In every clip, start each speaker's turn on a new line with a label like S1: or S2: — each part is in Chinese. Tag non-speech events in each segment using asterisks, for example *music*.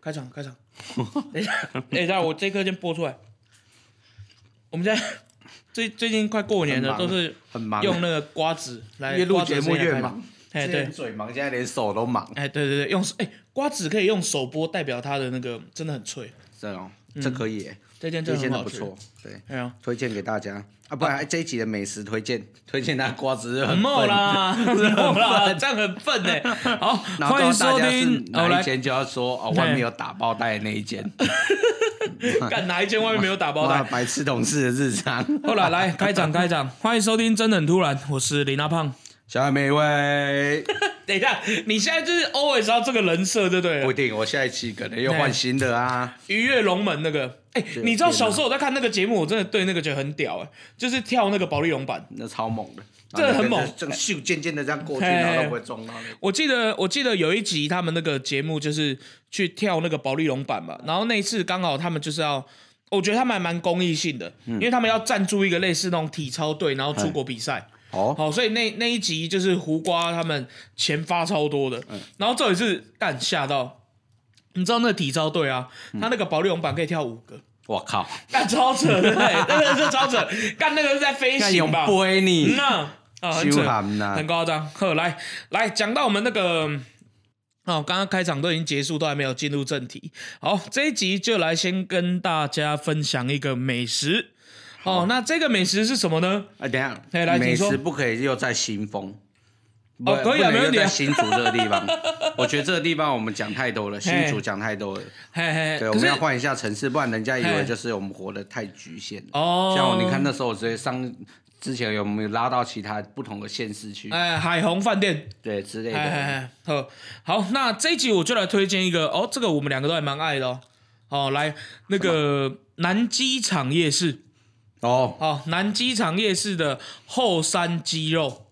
S1: 开场，
S2: *laughs*
S1: 开场。等一下，等一下，我这刻先播出来。我们现在最最近快过年了，
S2: 很忙
S1: 都是
S2: 很忙，
S1: 用那个瓜子来
S2: 越录
S1: 瓜子
S2: 节
S1: 的
S2: 目
S1: 声音来
S2: 越
S1: 开
S2: 忙。
S1: 哎，
S2: 之
S1: 对
S2: 前，嘴忙，现在连手都忙。
S1: 哎，对对对，用哎瓜子可以用手剥，代表它的那个真的很脆。
S2: 这哦，这可以耶，
S1: 这件嗯
S2: 这
S1: 真的
S2: 现
S1: 很
S2: 在
S1: 好
S2: 不
S1: 吃。
S2: 错，对，
S1: 哎呀，
S2: 推荐给大家啊！不然这一集的美食推荐，推荐大家瓜子
S1: 很
S2: 很
S1: 冒
S2: 笨， *laughs*
S1: 啦，很冒啦，这样很笨哎。好，
S2: 然后
S1: 欢
S2: 告
S1: 迎
S2: 诉大
S1: 收
S2: 家是
S1: 听。哦，
S2: 哪
S1: 来
S2: 一间就要说哦，
S1: 对
S2: 外面有打包袋的那一间，
S1: 干哪一间外面没有 *laughs* 打包
S2: 哇，
S1: 的？
S2: 白痴同事的日常。
S1: 后
S2: *laughs*
S1: 来来开场开场，欢迎收听《真的很突然》，我是林阿胖。
S2: 下面一位，
S1: *laughs* 等一下，你现在就是 always 要这个人设，对不对
S2: 不
S1: 了
S2: 一？定，我下一期可能又换新的啊。
S1: 鱼跃龙门那个，哎、
S2: 对啊
S1: 你知道
S2: 天哪
S1: 小时候我在看那个节目，我真的对那个觉得很屌哎、就是跳那个保利龙板。
S2: 那超猛的，
S1: 这个很猛
S2: 然后就跟着这个咻渐渐的这样过去，
S1: 嘿
S2: 然后都不会撞到那个。
S1: 我记得我记得有一集他们那个节目就是去跳那个保利龙板嘛，然后那一次刚好他们就是要，我觉得他们还蛮公益性的，
S2: 嗯
S1: 因为他们要赞助一个类似那种体操队，然后出国比赛。
S2: 哦，
S1: 好，所以那那一集就是胡瓜他们钱发超多的，
S2: 嗯
S1: 然后这也是干吓到，你知道那个体操队啊，
S2: 嗯
S1: 他那个保利龙板可以跳五个，
S2: 我靠，
S1: 干超扯的，对不对，那个是超扯，干那个是在飞
S2: 那有
S1: 行吧？
S2: 杯
S1: 嗯
S2: 你，
S1: 呐，啊，很
S2: 羞
S1: 扯，
S2: 喊呐
S1: 很，夸张。呵，来来，讲到我们那个。哦，刚刚开场都已经结束，都还没有进入正题。好，这一集就来先跟大家分享一个美食。哦，那这个美食是什么呢？
S2: 哎，等一下，
S1: 嘿来请
S2: 美
S1: 说
S2: 食不可以又在新丰。
S1: 哦
S2: 不
S1: 可以啊
S2: 不能
S1: 没问
S2: 又
S1: 题啊
S2: 在新竹这个
S1: *laughs*
S2: 地方，我觉得这个地方我们讲太多了，新
S1: 嘿
S2: 竹讲太多了。
S1: 嘿嘿，可
S2: 对，我
S1: 是
S2: 们要换一下城市，不然人家以
S1: 嘿
S2: 为就是我们活得太局限了。
S1: 哦，
S2: 像我，你看那时候我直接上之前有没有拉到其他不同的县市去，
S1: 哎，海虹饭店，
S2: 嗯对之类
S1: 哎哎
S2: 的。
S1: 哎，好，好，那这一集我就来推荐一个哦，这个我们两个都还蛮爱的哦。哦，来那个南机场夜市，
S2: 哦，
S1: 哦，南机场夜市的后山鸡肉，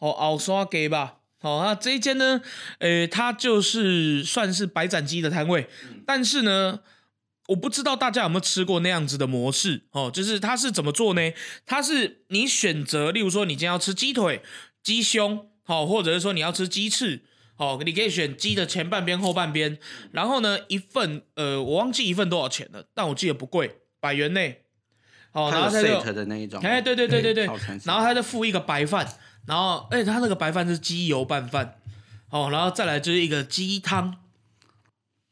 S1: 哦，熬刷给吧。哦，那这一间呢，呃，它就是算是白斩鸡的摊位，
S2: 嗯
S1: 但是呢，我不知道大家有没有吃过那样子的模式哦，就是它是怎么做呢？它是你选择，例如说你今天要吃鸡腿、鸡胸，好、或者是说你要吃鸡翅，哦，你可以选鸡的前半边、后半边，然后呢，一份呃，我忘记一份多少钱了，但我记得不贵，百元内。哦，然
S2: 它有
S1: 后它就
S2: set 的那一种。
S1: 哎，对对对对对
S2: 套餐，是
S1: 然后他就附一个白饭，然后而且他那个白饭是鸡油拌饭，哦，然后再来就是一个鸡汤，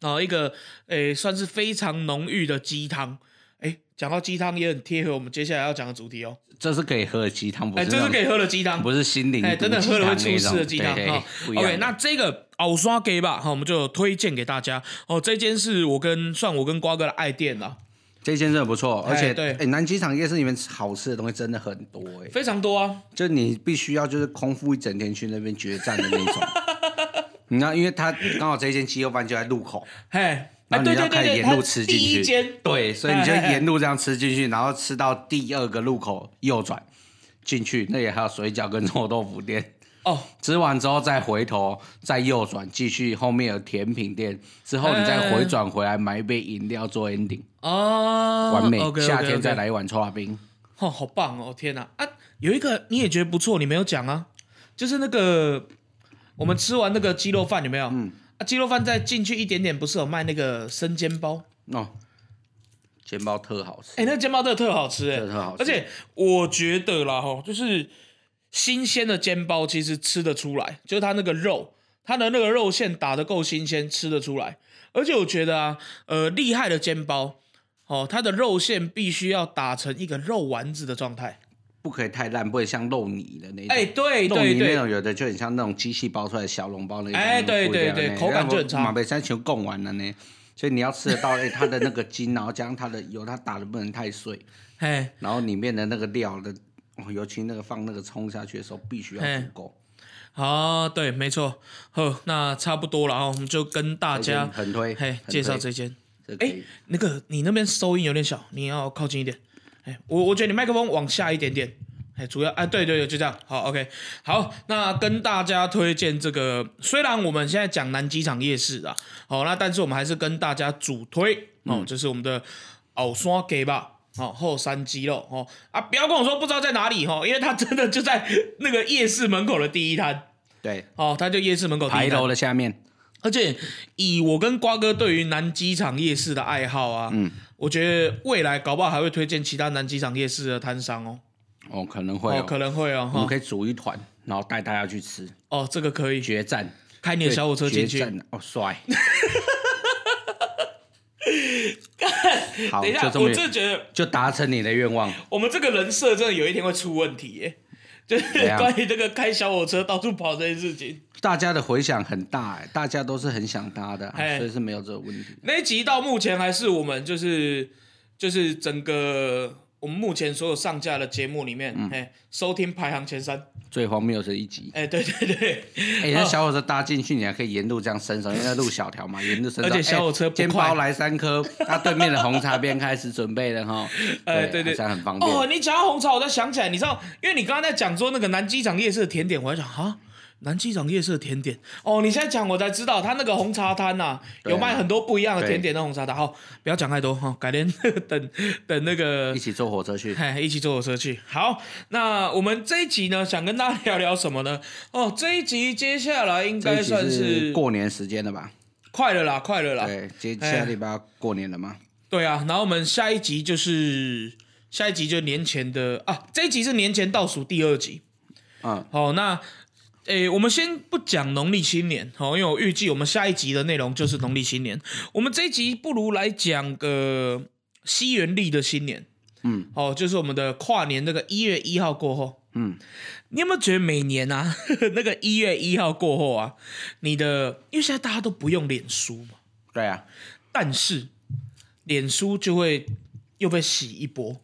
S1: 然后一个诶算是非常浓郁的鸡汤。哎，讲到鸡汤也很贴合我们接下来要讲的主题哦。
S2: 这是可以喝的鸡汤，不
S1: 哎，
S2: 是
S1: 这
S2: 那
S1: 是
S2: 种
S1: 可以喝的鸡汤，
S2: 不是心灵
S1: 哎，真的
S2: 毒鸡
S1: 喝了会
S2: 汤
S1: 出
S2: 那
S1: 事
S2: 种
S1: 的鸡汤
S2: 对
S1: 哈。
S2: 不一样
S1: OK，那这个熬刷给吧，哈，我们就推荐给大家哦。这间是我跟算我跟瓜哥的爱店啊啦，
S2: 这间真的不错，
S1: 哎
S2: 而且
S1: 对
S2: 哎，南机场夜市里面好吃的东西真的很多哎，
S1: 非常多啊。
S2: 就你必须要就是空腹一整天去那边决战的那
S1: *laughs*
S2: 种。你知道，因为他刚好这一间鸡肉饭就在路口，
S1: 嘿，
S2: 然
S1: 哎，
S2: 后
S1: 对
S2: 你
S1: 对
S2: 就
S1: 对
S2: 要开始
S1: 对，
S2: 沿
S1: 它
S2: 路吃进
S1: 第一间
S2: 去，对，所以你就
S1: 哎哎哎
S2: 沿路这样吃进去，然后吃到第二个路口右转进去，那里还有水饺跟臭豆腐店。
S1: 哦，
S2: 吃完之后再回头，再右转继续，后面有甜品店，之后你
S1: 哎
S2: 再回转回来买一杯饮料做 ending，、
S1: 哦，
S2: 完美。
S1: OK，OK，OK
S2: 夏天再来一碗臭冰，
S1: 哦，好棒哦！天哪，啊，有一个你也觉得不错，你没有讲啊，就是那个我们吃完那个鸡肉饭有没有？嗯，啊，鸡肉饭再进去一点点，不是有卖那个生煎包？
S2: 哦，煎包特好吃。
S1: 哎、那煎包真的特好吃哎、
S2: 真的特好吃
S1: 而且我觉得啦哈，就是新鲜的煎包其实吃得出来，就是它那个肉，它的那个肉馅打得够新鲜，吃得出来。而且我觉得啊，呃，厉害的煎包。哦，它的肉馅必须要打成一个肉丸子的状态。
S2: 不可以太烂，不能像肉泥的那种。
S1: 哎、对
S2: 肉
S1: 对
S2: 泥
S1: 对
S2: 那，种有的就很像那种机器包出来的小笼包那种。
S1: 哎对对对口感就很差
S2: 马北山球供完了呢，所以你要吃得到哎、它的那个筋，然后加上它的油，它打的不能太碎，
S1: 哎，
S2: 然后里面的那个料的，哦尤其那个放那个葱下去的时候必须要足够。
S1: 好，对，没错，呵，那差不多了啊，我们就跟大
S2: 这间
S1: 家
S2: 很推，
S1: 嘿
S2: 很推
S1: 介绍这间。
S2: 这可
S1: 哎、
S2: 以
S1: 那个你那边收音有点小，你要靠近一点。哎、我我觉得你麦克风往下一点点。哎、主要哎、对对对，就这样。好，OK，好，那跟大家推荐这个，虽然我们现在讲南机场夜市啊，好、那但是我们还是跟大家主推哦，就是我们的鳌山给吧。哦，后山鸡肉哦啊！不要跟我说不知道在哪里哦，因为它真的就在那个夜市门口的第一摊。
S2: 对
S1: 哦，他就夜市门口第
S2: 牌
S1: 一摊
S2: 楼的下面，
S1: 而且以我跟瓜哥对于南机场夜市的爱好啊，嗯，我觉得未来搞不好还会推荐其他南机场夜市的摊商哦，
S2: 哦，可能会、
S1: 哦
S2: 哦，
S1: 可能会哦，
S2: 我们
S1: 哈，
S2: 可以组一团，然后带大家去吃
S1: 哦，这个可以，
S2: 决战，
S1: 开你的小火车进
S2: 决
S1: 去，
S2: 战哦，
S1: *laughs*
S2: 帅！好，
S1: 等一下
S2: 就，这
S1: 我
S2: 么
S1: 真的觉得
S2: 就达成你的愿望。
S1: 我们这个人设真的有一天会出问题耶， *laughs* 就是
S2: 怎样
S1: 关于这个开小火车到处跑这件事情。
S2: 大家的回响很大、哎，大家都是很想搭的啊、
S1: 哎
S2: 所以是没有这个问题。
S1: 那一集到目前还是我们就是就是整个我们目前所有上架的节目里面，
S2: 嗯
S1: 哎、收听排行前三。
S2: 最荒谬是一集，
S1: 哎、对对对，
S2: 哎、
S1: 哦
S2: 那小火车搭进去，你还可以沿路这样伸手，因为那路小
S1: *laughs*
S2: 条嘛，沿路伸手。
S1: 而且小火车
S2: 哎
S1: 不
S2: 煎
S1: 快
S2: 包来三颗，那、对面的红茶边开始准备了哈。
S1: *laughs* 哎对对
S2: 这样很方便。
S1: 哦，你讲到红茶，我才想起来，你知道，因为你刚刚在讲说那个南机场夜市的甜点，我还想哈。南机场夜市的甜点哦，你现在讲我才知道，他那个红茶摊呐、
S2: 对啊
S1: 有卖很多不一样的
S2: 对
S1: 甜点的红茶摊。好，不要讲太多哈、改天 *laughs* 等等那哎个
S2: 一起坐火车去。
S1: 嗨，一起坐火车去。好，那我们这一集呢，想跟大家聊聊什么呢？哦，这一集接下来应
S2: 这
S1: 该
S2: 一集
S1: 算
S2: 是
S1: 是
S2: 过年时间的吧？
S1: 快了啦，快了啦。
S2: 对，接
S1: 哎
S2: 下礼拜要过年了嘛？
S1: 对啊，然后我们下一集就是下一集就年前的啊，这一集是年前倒数第二集。
S2: 嗯，
S1: 好，那诶，我们先不讲农历新年，好，因为我预计我们下一集的内容就是农历新年。我们这一集不如来讲个西元历的新年，
S2: 嗯，
S1: 哦，就是我们的跨年那个一月一号过后，
S2: 嗯，
S1: 你有没有觉得每年啊， *laughs* 那个一月一号过后啊，你的因为现在大家都不用脸书嘛，
S2: 对啊，
S1: 但是脸书就会又被洗一波。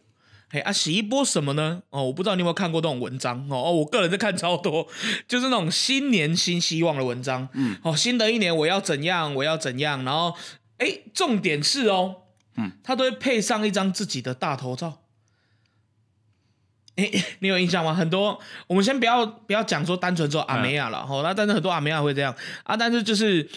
S1: 嘿啊，洗一波什么呢？哦，我不知道你有没有看过那种文章哦哦，我个人在看超多，就是那种新年新希望的文章。嗯，哦，新的一年我要怎样，我要怎样，然后哎，重点是哦，嗯，他都会配上一张自己的大头照。哎， *laughs* 你有印象吗？很多我们先不要不要讲说单纯说阿梅亚
S2: 嗯
S1: 了，哦，那但是很多阿梅亚会这样啊，但是就是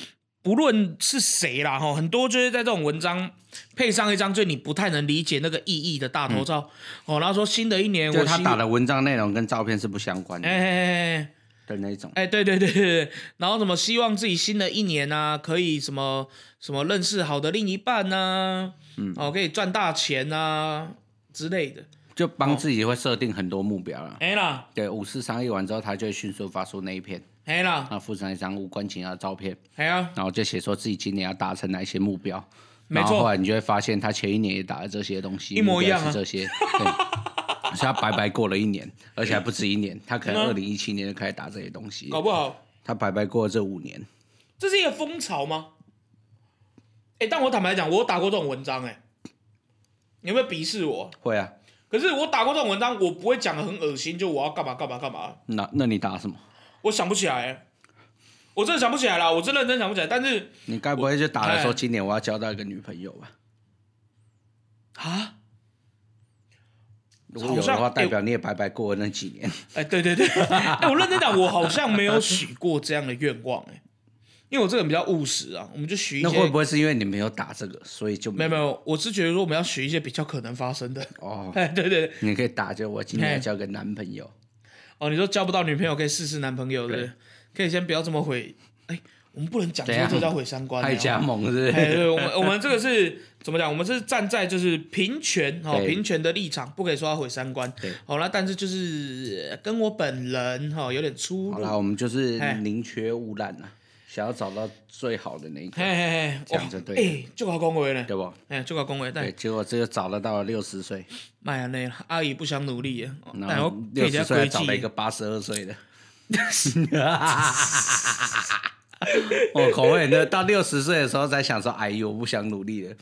S1: 不论是谁啦，哈，很多就是在这种文章配上一张最你不太能理解那个意义的大头照，哦，然后说新的一年
S2: 嗯就
S1: 我
S2: 是他
S1: 希
S2: 打的文章内容跟照片是不相关
S1: 哎
S2: 的
S1: 哎哎哎
S2: 的那一种。
S1: 哎，对对对对对，然后什么希望自己新的一年啊，可以什么什么认识好的另一半呐、嗯，哦，可以赚大钱呐、之类的，
S2: 就帮自己会设定很多目标了。
S1: 哎啦，
S2: 对，五四三一完之后，他就会迅速发出那一篇，啊
S1: 哎啦，
S2: 那附上一张无关紧要的照片，
S1: 哎呀，
S2: 然后就写说自己今年要达成哪一些目标。
S1: 没
S2: 然后
S1: 错
S2: 后来你就会发现，他前一年也打了这些东西，
S1: 一模一样啊
S2: 目标是这些。
S1: *laughs*
S2: 对所以他白白过了一年，而且还不止
S1: *laughs*
S2: 一年，他可
S1: 嗯
S2: 能
S1: 啊
S2: 二零一七年就开始打这些东西，
S1: 搞不好
S2: 他白白过了这五年。
S1: 这是一个风潮吗？哎，但我坦白讲，我有打过这种文章、哎，你有没有鄙视我？
S2: 会啊，
S1: 可是我打过这种文章，我不会讲的很恶心，就我要干嘛干嘛干嘛，
S2: 那那你打什么？
S1: 我想不起来、哎我真的想不起来了，我真认真想不起来，但是
S2: 你该不会就打了
S1: 哎
S2: 说今年我要交到一个女朋友吧？
S1: 啊。
S2: 如果有
S1: 好
S2: 的
S1: 像
S2: 话，
S1: 哎
S2: 代表你也白白过了那几
S1: *laughs*
S2: 年。
S1: 哎，对对对，哎，我认真讲，我好像没有许过这样的愿望、哎，因为我这个人比较务实啊，我们就许一
S2: 那
S1: 些，
S2: 会不会是因为你没有打这个，所以就
S1: 没有没有，我是觉得说我们要许一些比较可能发生的， *laughs*
S2: 哦？
S1: 哎，对对对，
S2: 你可以打就我今天
S1: 嘿
S2: 要交个男朋友，
S1: 哦，你说交不到女朋友可以试试男朋友，对不对？可以先不要这么毁，哎，我们不能讲说
S2: 怎样
S1: 这叫毁三观、
S2: 爱加
S1: 哎
S2: 盟是不是？
S1: 哎，对我们我们这个是怎么讲？我们是站在就是平权哦，
S2: 对
S1: 平权的立场，不可以说要毁三观
S2: 对。
S1: 好、那但是就是呃跟我本人哈、哦、有点出
S2: 好
S1: 入。
S2: 啦，我们就是
S1: 嘿
S2: 宁缺毋滥啊，想要找到最好的那一
S1: 嘿
S2: 个，
S1: 嘿嘿，
S2: 这样
S1: 哇
S2: 就对了
S1: 哎，就搞恭维了。
S2: 对不？
S1: 哎，就搞恭维，但哎
S2: 对，结果这就找得到六十岁，
S1: 卖安尼啦，阿姨不想努力耶，哦
S2: 然
S1: 但
S2: 后
S1: 哎我
S2: 六
S1: 配一
S2: 十
S1: 下
S2: 岁还
S1: 规
S2: 找了一
S1: 矩
S2: 个。八十二
S1: *laughs*
S2: 岁的。我口味呢，到六十岁的时候才想说，哎呦，我不想努力了，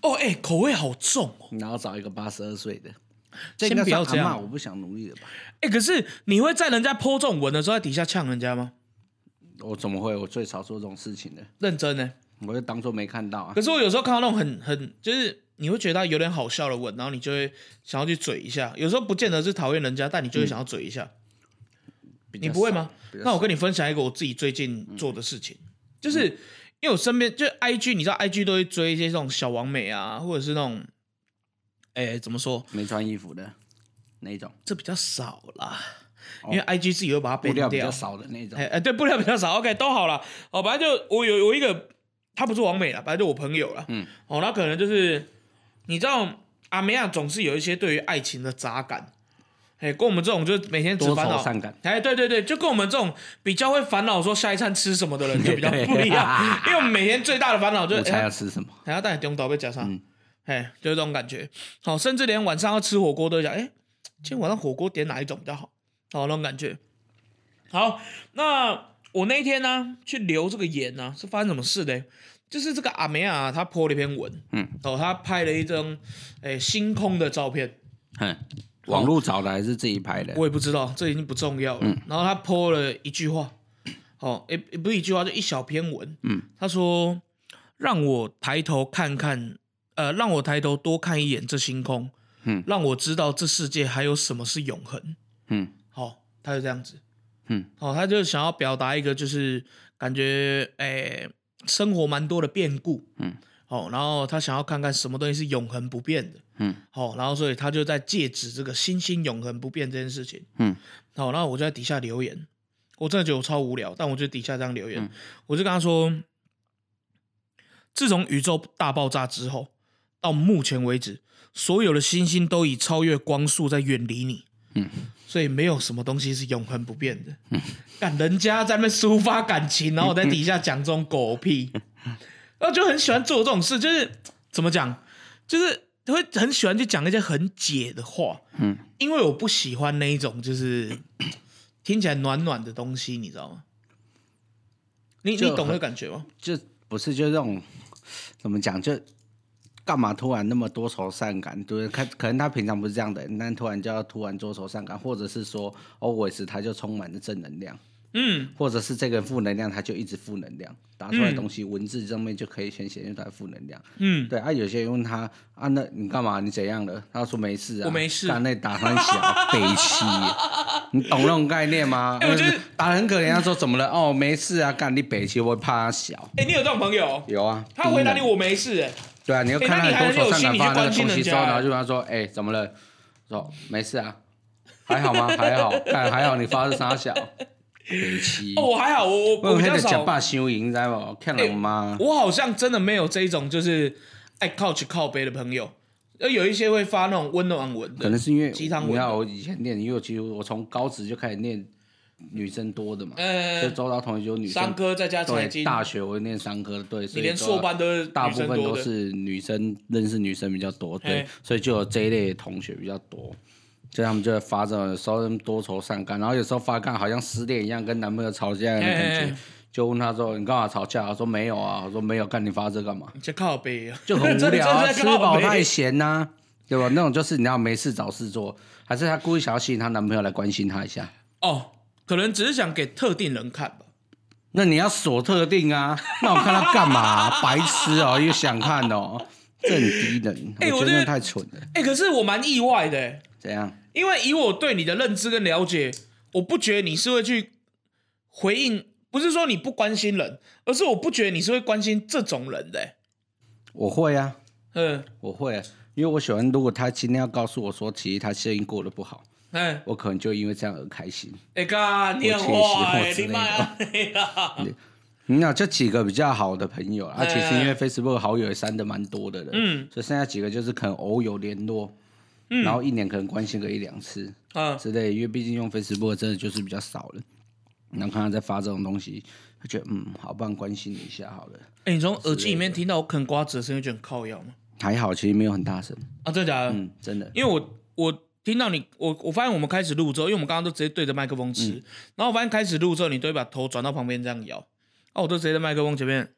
S1: 哦，哎、口味好重哦。
S2: 然后找一个八十二岁的，这
S1: 先
S2: 应该
S1: 不要
S2: 算
S1: 这
S2: 阿
S1: 样
S2: 嬷我不想努力了吧？
S1: 哎、可是你会在人家泼这种文的时候，在底下呛人家吗？
S2: 我怎么会？我最少做这种事情的，
S1: 认真呢。
S2: 我就当做没看到啊
S1: 可。是我有时候看到那种很很，就是你会觉得他有点好笑的文，然后你就会想要去嘴一下。有时候不见得是讨厌人家，但你
S2: 嗯
S1: 就会想要嘴一下。
S2: 比较
S1: 你不会吗
S2: 少？比较
S1: 那我
S2: 少
S1: 跟你分享一个我自己最近做的事情，就是
S2: 嗯
S1: 因为我身边就是 IG，你知道 IG 都会追一些这种小王美啊，或者是那种，哎、怎么说？
S2: 没穿衣服的那一种，
S1: 这比较少啦。因为 IG 自己会把它
S2: 哦布
S1: 变
S2: 料
S1: 掉。
S2: 比较少的那种
S1: 哎。哎，对，布料比较少，OK，都好了。哦，反正就我有有一个，他不是王美了，反正就我朋友了。
S2: 嗯，
S1: 哦，那可能就是你知道，阿梅亚总是有一些对于爱情的杂感，哎，跟我们这种就是每天只
S2: 多
S1: 烦
S2: 愁
S1: 恼。
S2: 善感。
S1: 哎，对对对，就跟我们这种比较会烦恼说下一餐吃什么的人就
S2: *laughs*
S1: 比较不一样，因为我们每天最大的烦恼就是
S2: 午餐
S1: 哎
S2: 要吃什么？
S1: 还要带中岛被夹上
S2: 嗯，
S1: 哎，就是这种感觉。好、甚至连晚上要吃火锅都想，哎，今天晚上火锅点哪一种比较好？好、那种感觉。好，那我那一天呢、去留这个言呢、是发生什么事嘞？就是这个阿梅亚她 po 了一篇文，
S2: 嗯，
S1: 哦，她拍了一张，哎，星空的照片，
S2: 哼，网络找的还是自己拍的？
S1: 我也不知道，这已经不重要了。
S2: 嗯
S1: 然后他 po 了一句话，哦，也也不是一句话，就一小篇文。
S2: 嗯，
S1: 他说：“让我抬头看看，呃，让我抬头多看一眼这星空。
S2: 嗯，
S1: 让我知道这世界还有什么是永恒。
S2: 嗯，
S1: 好、他就这样子。
S2: 嗯，
S1: 好、他就想要表达一个，就是感觉，诶、生活蛮多的变故。
S2: 嗯，
S1: 好、然后他想要看看什么东西是永恒不变的。
S2: 嗯，
S1: 好、然后所以他就在借指这个星星永恒不变这件事情。
S2: 嗯，
S1: 好、然后我就在底下留言，我真的觉得我超无聊，但我就底下这样留言，我就跟他说，自从宇宙大爆炸之后，到目前为止，所有的星星都以超越光速在远离你。
S2: 嗯，
S1: *laughs* 所以没有什么东西是永恒不变的。干人家在那边抒发感情，然后我在底下讲这种狗屁，然后就很喜欢做这种事，就是怎么讲，就是会很喜欢去讲一些很解的话。
S2: 嗯，
S1: 因为我不喜欢那一种就是 *coughs* 听起来暖暖的东西，你知道吗？你你
S2: 就
S1: 懂
S2: 很
S1: 那感觉吗？
S2: 就不是就这种怎么讲就。干嘛突然那么多愁善感？对，看可能他平常不是这样的人，但突然就要突然多愁善感，或者是说 always 他就充满了正能量，
S1: 嗯，
S2: 或者是这个负能量他就一直负能量，打出来的东西、文字上面就可以先显现出来负能量。
S1: 嗯，
S2: 对啊，有些人问他啊，那你干嘛？你怎样了？他说没事啊，
S1: 我没事
S2: 干那打他小北七，你懂那种概念吗？
S1: *laughs* 哎我觉得
S2: 嗯打得很可怜，他说怎么了？哦，没事啊，干你北七，我会怕他小。
S1: 哎、你有这种朋友？
S2: 有啊，
S1: 他回答
S2: 低
S1: 你
S2: 能
S1: 我没事、哎，
S2: 对啊，你就
S1: 哎
S2: 看
S1: 那
S2: 他
S1: 你还
S2: 很多
S1: 很有
S2: 愁善
S1: 心理
S2: 感
S1: 去
S2: 发那
S1: 关
S2: 个
S1: 心
S2: 东西
S1: 人
S2: 之
S1: 家
S2: 后，
S1: 哎
S2: 然后就跟他说，哎，怎么了？说没事啊，还好吗？还好，干还好，你发的啥小？北七
S1: 哦，，我还好，我我
S2: 我
S1: 我比
S2: 黑
S1: 较
S2: 的假啊
S1: 少，
S2: 爸修赢，你知道吗？看了我妈，
S1: 我好像真的没有这一种就是爱靠去靠背的朋友，呃，有一些会发那种温暖文
S2: 可
S1: 的，
S2: 能是因为
S1: 鸡汤文
S2: 你看我以前念，因为我其实我从高职就开始念女生多的嘛，
S1: 呃
S2: 就，周遭同学就女
S1: 商
S2: 生。
S1: 科再加财
S2: 对，
S1: 经，
S2: 大学我念商科，对，所
S1: 你
S2: 以
S1: 连
S2: 周
S1: 硕班都是
S2: 大
S1: 女
S2: 部
S1: 生
S2: 分
S1: 多
S2: 都
S1: 的，
S2: 是女生，认识女生比较多，对
S1: 嘿，
S2: 所以就有这一类的同学比较多。所以他们就会发这种，有时候他们多愁善感，然后有时候发干好像失恋一样，跟男朋友吵架的
S1: 嘿
S2: 感
S1: 嘿
S2: 觉。就问他说：“你干嘛吵架？”他说：“没有啊。”我说：“没有，干你发这干嘛？”
S1: 你在靠背啊，
S2: 就 *laughs* 很
S1: *laughs*
S2: 无
S1: 真的
S2: 聊啊，
S1: 真的在
S2: 吃
S1: 靠
S2: 饱
S1: 北
S2: 太闲呐、对吧？那种就是你要没事找事做，还是她故意想要吸引她男朋友来关心她一下？
S1: 哦，可能只是想给特定人看吧。
S2: 那你要锁特定 *laughs* 啊？那我看她干嘛、白痴哦、又想看哦、这很低 *laughs* 能，
S1: 哎
S2: 我
S1: 我觉
S2: 觉得
S1: 得
S2: 太蠢了。
S1: 哎、可是我蛮意外的、哎
S2: 怎样？
S1: 因为以我对你的认知跟了解，我不觉得你是会去回应，不是说你不关心人，而是我不觉得你是会关心这种人的、哎
S2: 我会啊，
S1: 嗯，
S2: 我会、啊，因为我喜欢。如果她今天要告诉我说，其实她最近过得不好，
S1: 哎、
S2: 我可能就因为这样而开心。
S1: 哎、干，你很坏、欸，你妈呀！ *laughs*
S2: 你有就嗯几个比较好的朋友啊，
S1: 哎
S2: 其实因为 Facebook 好友也删的蛮多的人，
S1: 嗯，
S2: 所以剩下几个就是可能偶有联络，然后一年可能关心个一两次
S1: 嗯，
S2: 之类，因为毕竟用 Facebook 真的就是比较少了。然后看他在发这种东西，就觉得嗯，好，不然关心你一下好了。
S1: 哎、你从耳机里面听到我啃瓜子的声音，觉得很靠腰吗？
S2: 还好，其实没有很大声，
S1: 啊，真的假的？
S2: 嗯，真的。
S1: 因为我我听到你，我我发现我们开始录之后，因为我们刚刚都直接对着麦克风吃，然后我发现开始录之后，你都会把头转到旁边这样摇，啊，我都直接在麦克风前面。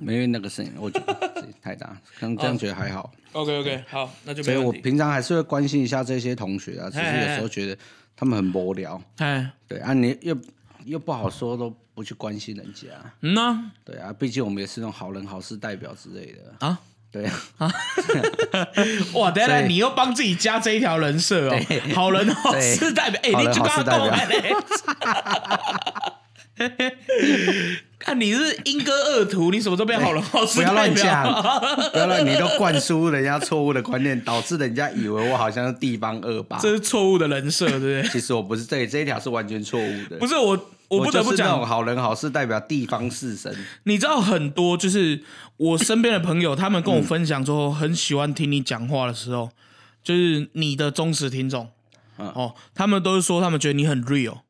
S2: 没有那个声音，我觉得太大，
S1: *laughs*
S2: 可能这样觉得还好。
S1: OK OK，好，那就
S2: 所
S1: 哦没
S2: 以我
S1: 问题。
S2: 平常还是会关心一下这些同学啊，只是有时候觉得他们很无聊。
S1: 哎，
S2: 对啊，你又又不好说，都不去关心人家，
S1: 嗯呐、
S2: 对啊，毕竟我们也是那种好人好事代表之类的，
S1: 啊，
S2: 对啊，
S1: 哇，等一下
S2: 所以
S1: 你又帮自己加这一条人设哦，好人好事代表，哎、
S2: 好
S1: 你
S2: 人
S1: 就
S2: 好
S1: 刚
S2: 事
S1: 刚
S2: 代
S1: 购
S2: *laughs* 表
S1: 买嘞，哎看你是英歌恶徒，你什么都变好人好事
S2: 不
S1: 代
S2: 要乱
S1: 表 *laughs*
S2: 讲，不要乱，你都灌输人家错误的观念，导致人家以为我好像是地方恶霸。
S1: 这是错误的人设，对不对？
S2: 其实我不是这这一条是完全错误的。
S1: 不是我，
S2: 我
S1: 我不得不
S2: 就是那
S1: 讲，
S2: 种好人好事代表地方士绅，
S1: 你知道很多就是我身边的朋友，他们跟我分享说，很喜欢听你讲话的时候，就是你的忠实听众，
S2: 嗯
S1: 哦，他们都是说他们觉得你很 real。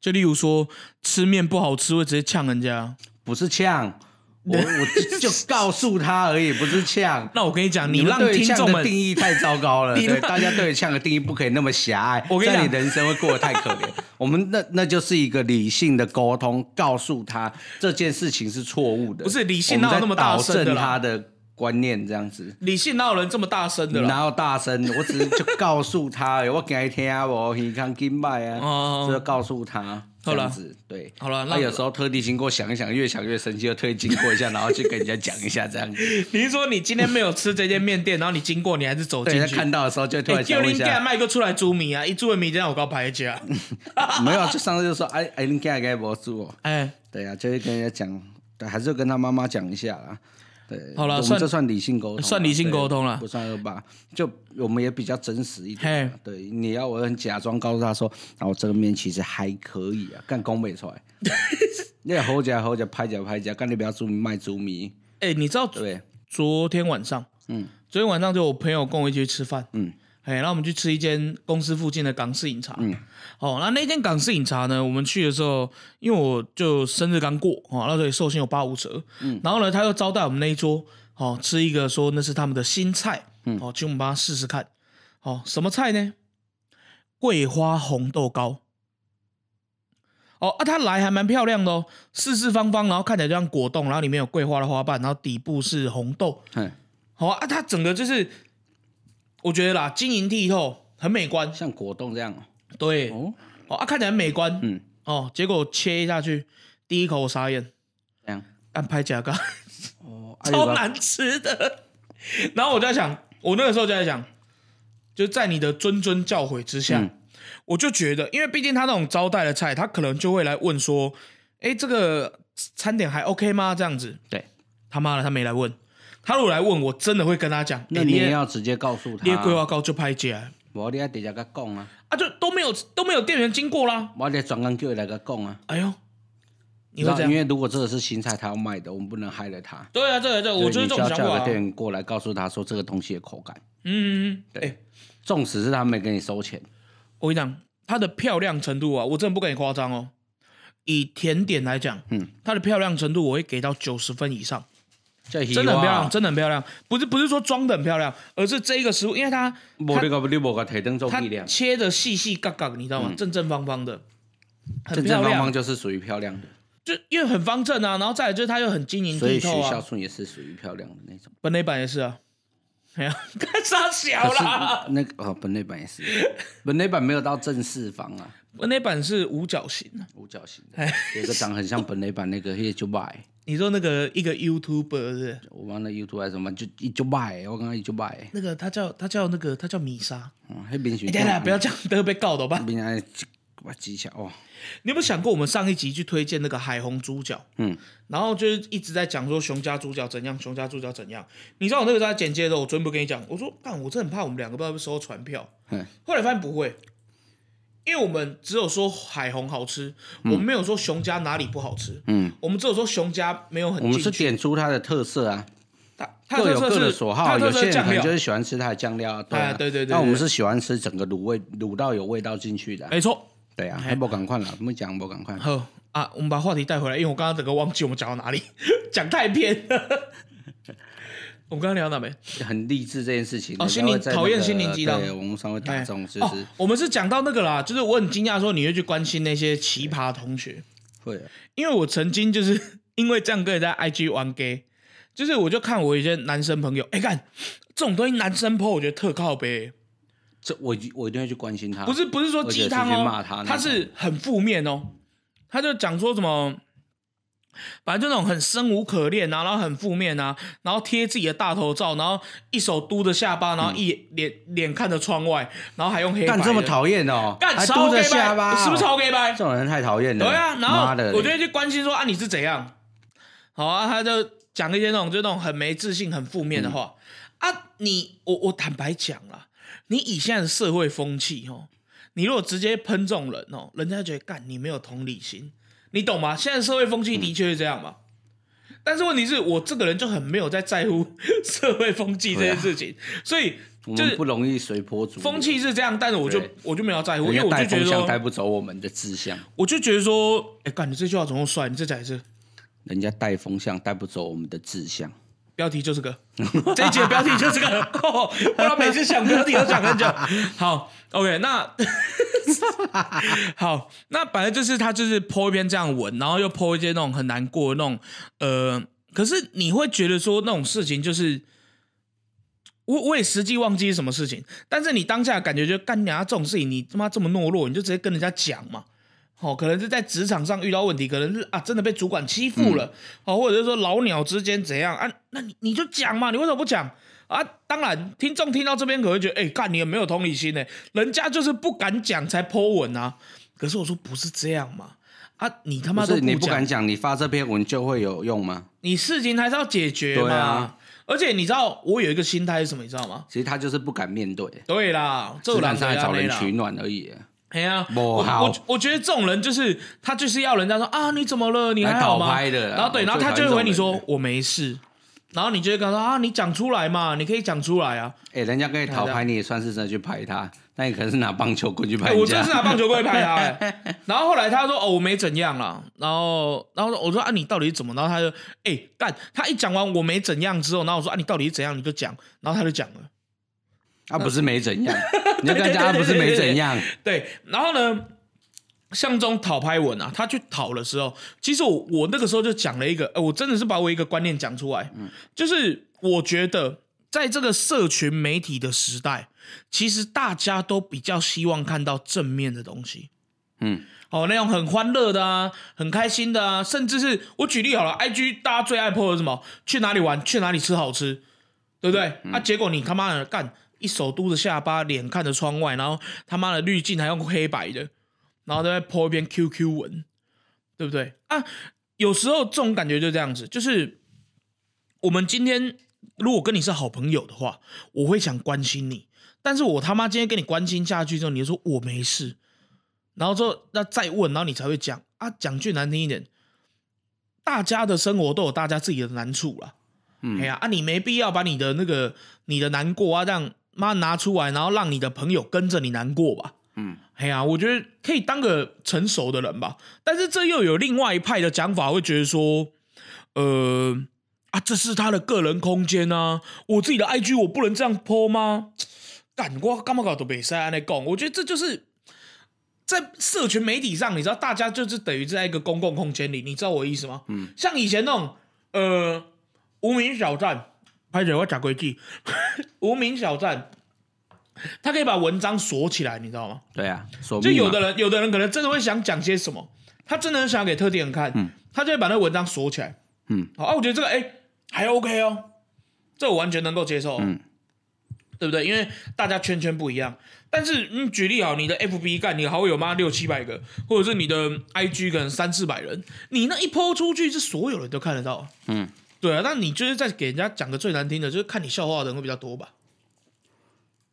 S1: 就例如说吃面不好吃，会直接呛人家。
S2: 不是呛。我我
S1: *laughs*
S2: 就告诉他而已，不是呛。
S1: 那我跟你讲，你
S2: 们
S1: 让
S2: 对
S1: 听
S2: 呛
S1: 众
S2: 的
S1: 们
S2: 定义太糟
S1: *laughs*
S2: 糕了，
S1: 你让
S2: 对大家对呛的定义不可以那么狭隘，
S1: 我跟你讲
S2: 这样你人生会过得太
S1: *laughs*
S2: 可怜。我们那那就是一个理性的沟通，告诉他这件事情是错误的，
S1: 不是理性
S2: 我们
S1: 哪有
S2: 在
S1: 那么大
S2: 导
S1: 声的
S2: 正
S1: 啦
S2: 他的观念这样子。
S1: 理性哪有人这么大声的啦？
S2: 哪有大声？我只是就告诉他 *laughs* 而已，我给他听啊，我健康金拜啊
S1: 哦，
S2: 就告诉他这
S1: 好啦
S2: 样子。对，
S1: 好啦那
S2: 他有时候特地经过想一想，越想越生气，就特地经过一下，然后去跟人家讲一下这
S1: *laughs*
S2: 样子。
S1: 你是说你今天没有吃这间面店，然后你经过，你还是走
S2: 对，
S1: 进
S2: 他
S1: 去？
S2: 看到的时候就突
S1: 哎，
S2: 然
S1: 叫
S2: 想问
S1: 你
S2: 一
S1: 家
S2: 下，
S1: 卖个出来煮米啊，一煮的米这样有够排啊家。
S2: *laughs* 没有，就上次就说，哎哎，你该该博主哦。
S1: *laughs* 哎，
S2: 对啊，就会跟人家讲，对，还是跟他妈妈讲一下啦。对，
S1: 好啦
S2: 我们
S1: 算
S2: 这算理性沟通啊，
S1: 算理性沟通啦
S2: 对不算恶霸。就我们也比较真实一点啊
S1: 嘿。
S2: 对，你要我很假装告诉他说，啊，我这个面其实还可以啊，干工美
S1: *laughs*
S2: 出来。你好假好假，拍假拍假，干你不要猪迷卖猪迷，
S1: 哎，你知道
S2: 对不对？
S1: 昨天晚上，
S2: 嗯，
S1: 昨天晚上就我朋友跟我一起去吃饭，
S2: 嗯，
S1: 哎，然后我们去吃一间公司附近的港式饮茶，嗯，哦，那那间港式饮茶呢，我们去的时候，因为我就生日刚过，哦，那时候也寿星有八五折，嗯，然后呢，他又招待我们那一桌，哦，吃一个说那是他们的新菜，嗯，哦，请我们帮他试试看，哦，什么菜呢？桂花红豆糕。哦啊，它来还蛮漂亮的哦，四四方方，然后看起来就像果冻，然后里面有桂花的花瓣，然后底部是红豆，
S2: 哼，
S1: 好啊，啊它整个就是，我觉得啦，晶莹剔透，很美观。
S2: 像果冻这样哦。
S1: 对，
S2: 哦，
S1: 哦啊，看起来很美观。
S2: 嗯，
S1: 哦，结果切下去，第一口我傻眼，
S2: 这样。
S1: 按拍假咖，
S2: 哦，啊
S1: 超。难吃的。然后我就在想，我那个时候就在想，就在你的谆谆教诲之下，
S2: 嗯
S1: 我就觉得，因为毕竟他那种招待的菜，他可能就会来问说，哎，这个餐点还 OK 吗？这样子。
S2: 对，
S1: 他妈的，他没来问。他如果来问我，真的会跟他讲，
S2: 那
S1: 诶
S2: 你
S1: 欸你
S2: 也
S1: 的
S2: 要啊直接告诉
S1: 你的桂
S2: 他，
S1: 花糕就拍假。
S2: 我你要直接跟他讲啊，
S1: 啊，就都没有都没有店员经过啦。
S2: 我得专工叫他来跟他讲啊。
S1: 哎呦，你
S2: 知
S1: 会
S2: 道
S1: 这
S2: 因
S1: 样？
S2: 为如果这个是新菜，他要卖的，我们不能害了他。
S1: 对啊，对啊，对啊，
S2: 所以
S1: 我就是这种
S2: 你要
S1: 想
S2: 叫
S1: 法、
S2: 个
S1: 啊。
S2: 店员过来，告诉他说这个东西的口感，
S1: 嗯，嗯嗯，哎、
S2: 对纵使是他没给你收钱，
S1: 我跟你讲，它的漂亮程度啊，我真的不跟你夸张哦。以甜点来讲，嗯，它的漂亮程度我会给到九十分以上，
S2: 这
S1: 真的很漂亮，。真的很漂亮。不是不是说装的很漂亮，而是这一个食物，因为它
S2: 我这个你我个腿灯做
S1: 它
S2: 力量，嗯
S1: 切的细细嘎嘎，你知道吗？正正方方的，很
S2: 正
S1: 漂
S2: 正方
S1: 亮
S2: 方，就是属于漂亮的，
S1: 就因为很方正啊，然后再来就是它又很晶莹
S2: 所以
S1: 剔
S2: 徐
S1: 透
S2: 孝
S1: 啊。
S2: 顺也是属于漂亮的那种。
S1: 本垒版也是啊， *laughs* 哎呀，干啥小
S2: 可是
S1: 啦？
S2: 那个哦，本垒板也是，本垒板没有到正四方啊，
S1: 我那版是五角形啊。
S2: 五角形的，有一个长很像本垒板那个，也就卖，
S1: 你说那个一个 YouTuber 是不是
S2: 我忘了 YouTube 还是什么，就一就卖，我刚刚一就卖，
S1: 那个他叫他叫那个他叫米莎。
S2: 嗯，那边
S1: 哎，
S2: 选
S1: 等一下不要讲，等下被告的吧？
S2: 边哎，把记起来哦，
S1: 你有没有想过，我们上一集去推荐那个海虹猪脚，
S2: 嗯，
S1: 然后就是一直在讲说熊家猪脚怎样，熊家猪脚怎样。你知道我那个时候在剪接的时候，我昨天不跟你讲，我说干，我真的很怕我们两个不知道会不会收到传票。
S2: 嗯
S1: 后来发现不会，因为我们只有说海虹好吃，我们没有说熊家哪里不好吃，
S2: 嗯，
S1: 我们只有说熊家没有很
S2: 我
S1: 进
S2: 们
S1: 去。
S2: 是点出它的特色啊，
S1: 它它
S2: 各有
S1: 特色
S2: 各的
S1: 是
S2: 所
S1: 它
S2: 好，
S1: 特
S2: 有
S1: 色是
S2: 些人
S1: 酱
S2: 可能
S1: 料
S2: 就是喜欢吃它的酱料啊，对
S1: 哎
S2: 啊，
S1: 对对对
S2: 那我们
S1: 对哎
S2: 是喜欢吃整个卤味卤到有味道进去的啊，
S1: 没错。
S2: 对啊，还不赶快了，不讲不赶快。
S1: 好啊，我们把话题带回来，因为我刚刚整个忘记我们讲到哪里， *laughs* 讲太偏了。 *laughs* 我们刚刚聊到哪没？
S2: 很励志这件事情，
S1: 哦
S2: 人家
S1: 心灵
S2: 会在那
S1: 讨厌
S2: 个
S1: 心灵鸡汤
S2: 对，我们稍微打中，就
S1: 哦
S2: 是，
S1: 我们是讲到那个啦，就是我很惊讶说你会去关心那些奇葩同学，
S2: 会啊
S1: 因为我曾经就是 *laughs* 因为这样跟人家 IG 玩 gay，就是我就看我一些男生朋友，哎、看这种东西男生 po 我觉得特靠背，
S2: 这我一定我一定会去关心他，
S1: 不是不是说
S2: 而且
S1: 鸡汤
S2: 直接
S1: 哦，
S2: 骂他那种
S1: 是很负面哦，他就讲说什么反正就那种很生无可恋啊，然后很负面啊，然后贴自己的大头照，然后一手嘟着下巴，然后一脸脸看着窗外，然后还用黑白
S2: 干
S1: 的
S2: 这么讨厌哦，
S1: 干
S2: 还
S1: 超
S2: 嘟
S1: gay
S2: 着
S1: 掰
S2: 下巴哦，
S1: 是不是超 gay 掰
S2: 这？种人太讨厌了。
S1: 对啊，然后
S2: 妈的嘞，
S1: 我就会去关心说啊你是怎样，好啊，他就讲一些那种就那种很没自信、很负面的
S2: 嗯
S1: 话、啊。你我我坦白讲啦，你以现在的社会风气哦，你如果直接喷这种人哦，人家觉得干你没有同理心，你懂吗？现在社会风气的确是这样嘛。但是问题是我这个人就很没有在在乎 *laughs* 社会风气这件事情，
S2: 啊
S1: 所以
S2: 我
S1: 就是
S2: 们不容易随波逐流
S1: 风，气是这样，但是我就
S2: 对
S1: 我就没有在乎，因
S2: 人
S1: 为
S2: 家
S1: 我
S2: 带
S1: 就觉
S2: 风
S1: 得
S2: 向带
S1: 说，
S2: 不走我们的志向，
S1: 我就觉得说，哎、干你这句话怎么那么帅？你再讲一次。
S2: 人家带风向带不走我们的志向。
S1: 标题就这个， *laughs* 这一节标题就这个， *laughs* 哦、不然每次想标题都想很久。 *laughs* 好，OK，那 *laughs* 好，那本来就是他就是剖一篇这样文，然后又剖一些那种很难过的那种，呃，可是你会觉得说那种事情就是。我我也实际忘记是什么事情，但是你当下感觉就干人家这种事情，你他妈这么懦弱，你就直接跟人家讲嘛。哦，可能是在职场上遇到问题，可能是啊真的被主管欺负
S2: 嗯
S1: 了，哦，或者是说老鸟之间怎样啊？那你你就讲嘛，你为什么不讲啊？当然，听众听到这边可能会觉得，哎、干你也没有同理心呢、人家就是不敢讲才 Po 文啊。可是我说不是这样嘛，啊，你他妈
S2: 不
S1: 都
S2: 是你不
S1: 讲
S2: 敢讲，你发这篇文就会有用吗？
S1: 你事情还是要解决嘛。
S2: 对啊
S1: 而且你知道我有一个心态是什么，你知道吗？
S2: 其实他就是不敢面对，
S1: 对啦，这
S2: 只
S1: 种人
S2: 敢上来找人
S1: 啦
S2: 取暖而已。
S1: 哎呀，
S2: 不
S1: 我
S2: 好
S1: 我我觉得这种人就是他就是要人家说啊你怎么了？你还
S2: 来
S1: 好
S2: 讨
S1: 吗？
S2: 拍的啦啊
S1: 然后对，
S2: 我
S1: 然后
S2: 最
S1: 他
S2: 讨
S1: 就
S2: 厌
S1: 会
S2: 这
S1: 回你
S2: 种
S1: 说我没事，然后你就会跟他说啊你讲出来嘛，你可以讲出来啊。
S2: 哎、人家跟你讨拍，你也算是真的去拍他，那你可能是拿棒球棍去拍
S1: 哎，我
S2: 人
S1: 真
S2: 家。
S1: 的是拿棒球棍拍他、
S2: *laughs*
S1: 哎然后后来他说哦我没怎样啦，然后然后我说啊你到底是怎么？然后他就哎干，他一讲完我没怎样之后，然后我说啊你到底是怎样？你就讲，然后他就讲了。
S2: 啊，不是没怎
S1: *laughs*
S2: 样，你就跟人家啊不是没怎样，
S1: 对，然后呢，向中讨拍文啊，他去讨的时候，其实我我那个时候就讲了一个，呃，我真的是把我一个观念讲出来，就是我觉得在这个社群媒体的时代，其实大家都比较希望看到正面的东西。
S2: 嗯，
S1: 哦，那种很欢乐的啊，很开心的啊，甚至是我举例好了，IG 大家最爱 po 的是什么？去哪里玩？去哪里吃好吃？对不对？啊，结果你他妈的干一手嘟着下巴，脸看着窗外，然后他妈的滤镜还用黑白的，然后在那边 po 一篇 QQ 文，对不对？啊，有时候这种感觉就这样子，就是我们今天如果跟你是好朋友的话，我会想关心你，但是我他妈今天跟你关心下去之后，你就说我没事，然后之后那再问，然后你才会讲啊，讲句难听一点，大家的生活都有大家自己的难处啦。哎呀啊，你没必要把你的那个你的难过啊，让妈拿出来，然后让你的朋友跟着你难过吧。
S2: 嗯，
S1: 哎呀，我觉得可以当个成熟的人吧。但是这又有另外一派的讲法，会觉得说，呃啊，这是他的个人空间啊，我自己的 IG 我不能这样 po 吗？干我干嘛搞都北塞安内讲，我觉得这就是。在社群媒体上，你知道，大家就是等于在一个公共空间里，你知道我的意思吗？嗯，像以前那种，呃，无名小站，拍着我假规矩， *laughs* 无名小站，他可以把文章锁起来，你知道吗？
S2: 对啊，说
S1: 就有的人，有的人可能真的会想讲些什么，他真的很想要给特定人看，他就会把那文章锁起来。
S2: 嗯，
S1: 好啊，我觉得这个哎、还 OK 哦，这我完全能够接受、哦
S2: 嗯，
S1: 对不对？因为大家圈圈不一样。但是你、嗯、举例好，你的 FB 干你的好友妈六七百个，或者是你的 IG 可能三四百人，你那一抛出去是所有人都看得到。
S2: 嗯，
S1: 对啊，那你就是在给人家讲个最难听的，就是看你笑话的人会比较多吧？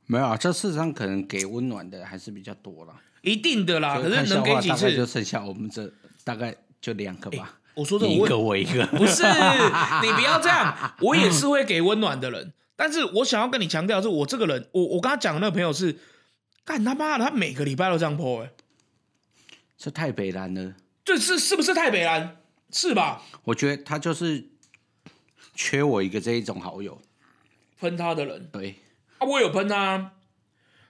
S2: 没有啊，这世上可能给温暖的还是比较多了。
S1: 一定的啦，啊可
S2: 所以看
S1: 是
S2: 笑
S1: 能给
S2: 话
S1: 几
S2: 大概就
S1: 次？哎
S2: 剩下我们这大概就两个吧，
S1: 我说这
S2: 你一
S1: 我
S2: 个我一个。
S1: 不是，你不要这样，我也是会给温暖的人。但是我想要跟你强调的是，我这个人，我我跟他讲的那个朋友是，干他妈的，他每个礼拜都这样 po 哎、
S2: 这太北蓝了。
S1: 这是是不是太北蓝？是吧？
S2: 我觉得他就是缺我一个这一种好友。
S1: 喷他的人
S2: 对，
S1: 啊，我有喷他啊，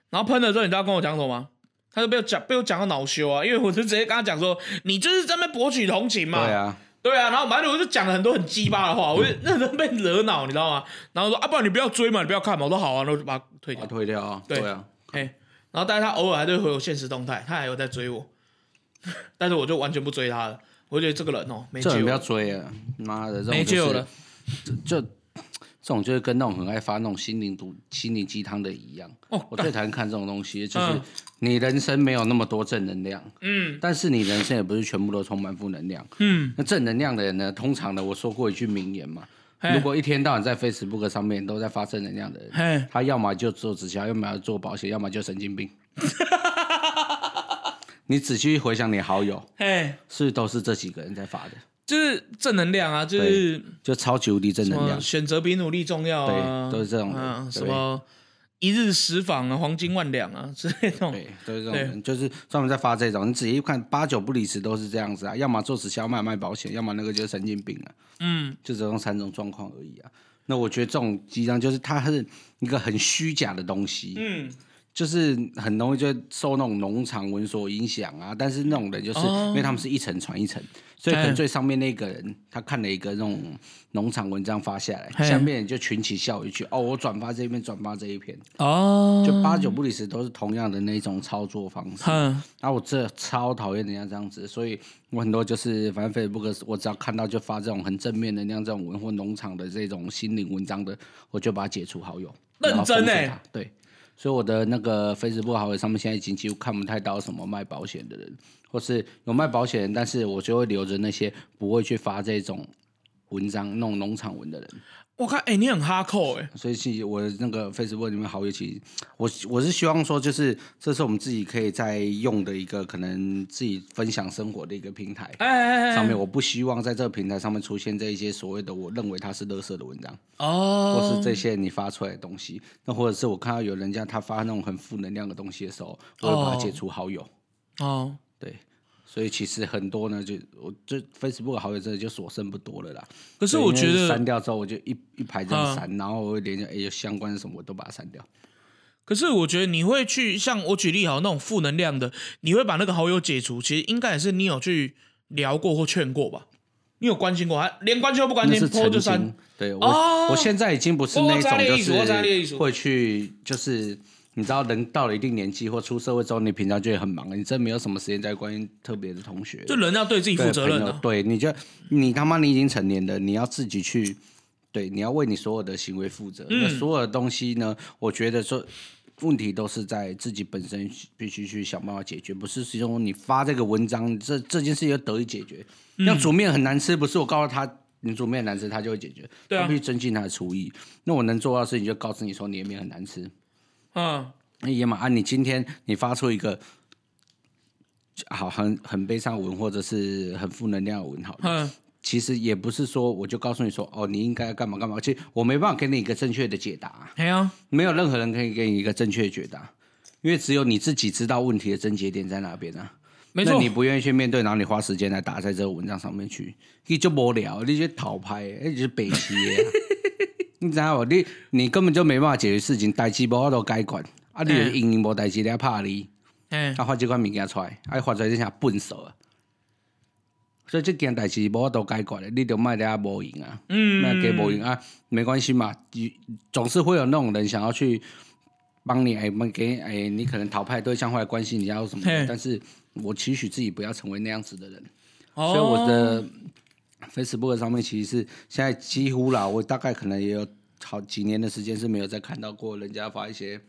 S1: 然后喷了之后，你知道他跟我讲什么吗？他就被我讲被我讲到恼羞啊，因为我就直接跟他讲说，你就是在那边博取同情嘛，
S2: 对啊，
S1: 对啊，然后反正我就讲了很多很鸡巴的话，我就那时候被惹恼，你知道吗？然后说啊，不然你不要追嘛，你不要看嘛，我说好啊，然后就把他推掉
S2: 把他。推掉啊。
S1: 对
S2: 对啊，
S1: 哎、 *laughs* 然后但是他偶尔还是会回我现实动态，他还有在追我，但是我就完全不追他了。我觉得这个人哦，没
S2: 这
S1: 救
S2: 种不要
S1: 了，
S2: 追了，妈的，这种、就是、
S1: 没救了。
S2: 就这种就是跟那种很爱发那种心灵毒、心灵鸡汤的一样。
S1: 哦
S2: 我最讨厌看这种东西，就是
S1: 嗯
S2: 你人生没有那么多正能量，
S1: 嗯
S2: 但是你人生也不是全部都充满
S1: *laughs*
S2: 负能量。
S1: 嗯，
S2: 那正能量的人呢，通常呢，我说过一句名言嘛，
S1: 嘿
S2: 如果一天到晚在 Facebook 上面都在发正能量的人，
S1: 嘿，
S2: 他要么就做直销，要么就做保险，要么就神经
S1: *laughs*
S2: 病。你仔细回想你好友，
S1: 嘿，
S2: 是不是都是这几个人在发的，
S1: 就是正能量啊，就是
S2: 就超级无敌正
S1: 什
S2: 能
S1: 么
S2: 量。
S1: 选择比努力重要啊，
S2: 对都是这种人
S1: 嗯，
S2: 对
S1: 什么一日十访啊，黄金万两啊 *laughs* 之类的那种，
S2: 对，都是这种人，就是专门在发这种。你仔细看，八九不离十都是这样子啊，要么做直销卖卖保险，要么那个就是神经病啊，
S1: 嗯，
S2: 就只有三种状况而已啊。那我觉得这种鸡汤就是它是一个很虚假的东西，
S1: 嗯，
S2: 就是很容易就受那种农场文所影响啊。但是那种人就是、因为他们是一层传一层，所以可
S1: 哎
S2: 能最上面那个人他看了一个那种农场文章发下
S1: 嘿
S2: 来，下面人就群起效尤去哦，我转发这一篇，转发这一篇，
S1: 哦，
S2: 就八九不离十都是同样的那种操作方式。
S1: 哼，
S2: 啊，我这超讨厌人家这样子，所以我很多就是反正 Facebook 我只要看到就发这种很正面的那样这种文或农场的这种心灵文章的，我就把它解除好友，
S1: 认
S2: 然后封
S1: 真
S2: 锁
S1: 欸
S2: 它对，所以我的那个 Facebook 好友上面现在已经几乎看不太到什么卖保险的人，或是有卖保险的人，但是我就会留着那些不会去发这种文章那种农场文的人。
S1: 我看，哎，你很哈扣哎，
S2: 所以其实我的那个 Facebook 里面好友，其实我我是希望说，就是这是我们自己可以在用的一个可能自己分享生活的一个平台。
S1: 哎哎哎，
S2: 上面我不希望在这个平台上面出现这一些所谓的我认为它是垃圾的文章，或
S1: 哦
S2: 是，这些你发出来的东西，那或者是我看到有人家他发那种很负能量的东西的时候，我会把它解除好友。
S1: 哦，
S2: 对，所以其实很多呢，就我就 Facebook 好友真的就所剩不多了啦。
S1: 可是
S2: 对
S1: 我
S2: 因为
S1: 觉得
S2: 删掉之后，我就一一排这
S1: 嗯
S2: 样删，然后我会连着哎、有相关的什么我都把它删掉。
S1: 可是我觉得你会去像我举例好那种负能量的，你会把那个好友解除，其实应该也是你有去聊过或劝过吧？你有关心过，还连关心都不关
S2: 那
S1: 心
S2: 是，
S1: 泼
S2: 曾
S1: 就删
S2: 经。，对我、
S1: 哦
S2: 我现在已经不是
S1: 我
S2: 那
S1: 我知道你的意思我知道你的意
S2: 种就
S1: 思
S2: 是会去就是。你知道，人到了一定年纪或出社会之后，你平常就也很忙，你真没有什么时间在关心特别的同学、
S1: 就人要对自己负
S2: 对
S1: 责
S2: 朋
S1: 任
S2: 友
S1: 啊。。
S2: 对，你就你他妈你已经成年了，你要自己去，对，你要为你所有的行为负责。
S1: 嗯
S2: 那所有的东西呢，我觉得说问题都是在自己本身必须去想办法解决，不是说你发这个文章，这这件事要得以解决。
S1: 嗯
S2: 像煮面很难吃，不是我告诉他你煮面很难吃，他就会解决，
S1: 对啊
S2: 他必须增进他的厨艺。那我能做到的事情，就告诉你说你的面很难吃。
S1: 嗯，
S2: 那野马啊，你今天你发出一个好很很悲伤的文，或者是很负能量的文，好了，
S1: 嗯，
S2: 其实也不是说我就告诉你说哦，你应该干嘛干嘛，其实我没办法给你一个正确的解答啊、
S1: 哎呀，
S2: 没有任何人可以给你一个正确的解答，因为只有你自己知道问题的症结点在哪边啊。
S1: 没
S2: 那
S1: 错
S2: 你，不愿意去面对，然后你花时间来打在这个文章上面去，你就无聊，你就讨拍，那就是北齐
S1: *laughs*
S2: 的啊、你知道不？你你根本就没办法解决事情，代志无都该管，啊，你就是因为无代志你还怕你，
S1: 哎，
S2: 啊，发这款物件出来，啊，发出来你啥笨手啊！所以这件代志无都解决的，你就卖得无用啊，
S1: 嗯
S2: 卖给无用啊，没关系嘛，你总是会有那种人想要去帮你，哎，帮给哎，你可能淘汰对象会来关心你要什么
S1: 嘿
S2: 的，但是我期许自己不要成为那样子的人，
S1: 哦，
S2: 所以我的 Facebook 上面其实是现在几乎啦，我大概可能也有好几年的时间是没有再看到过人家发一些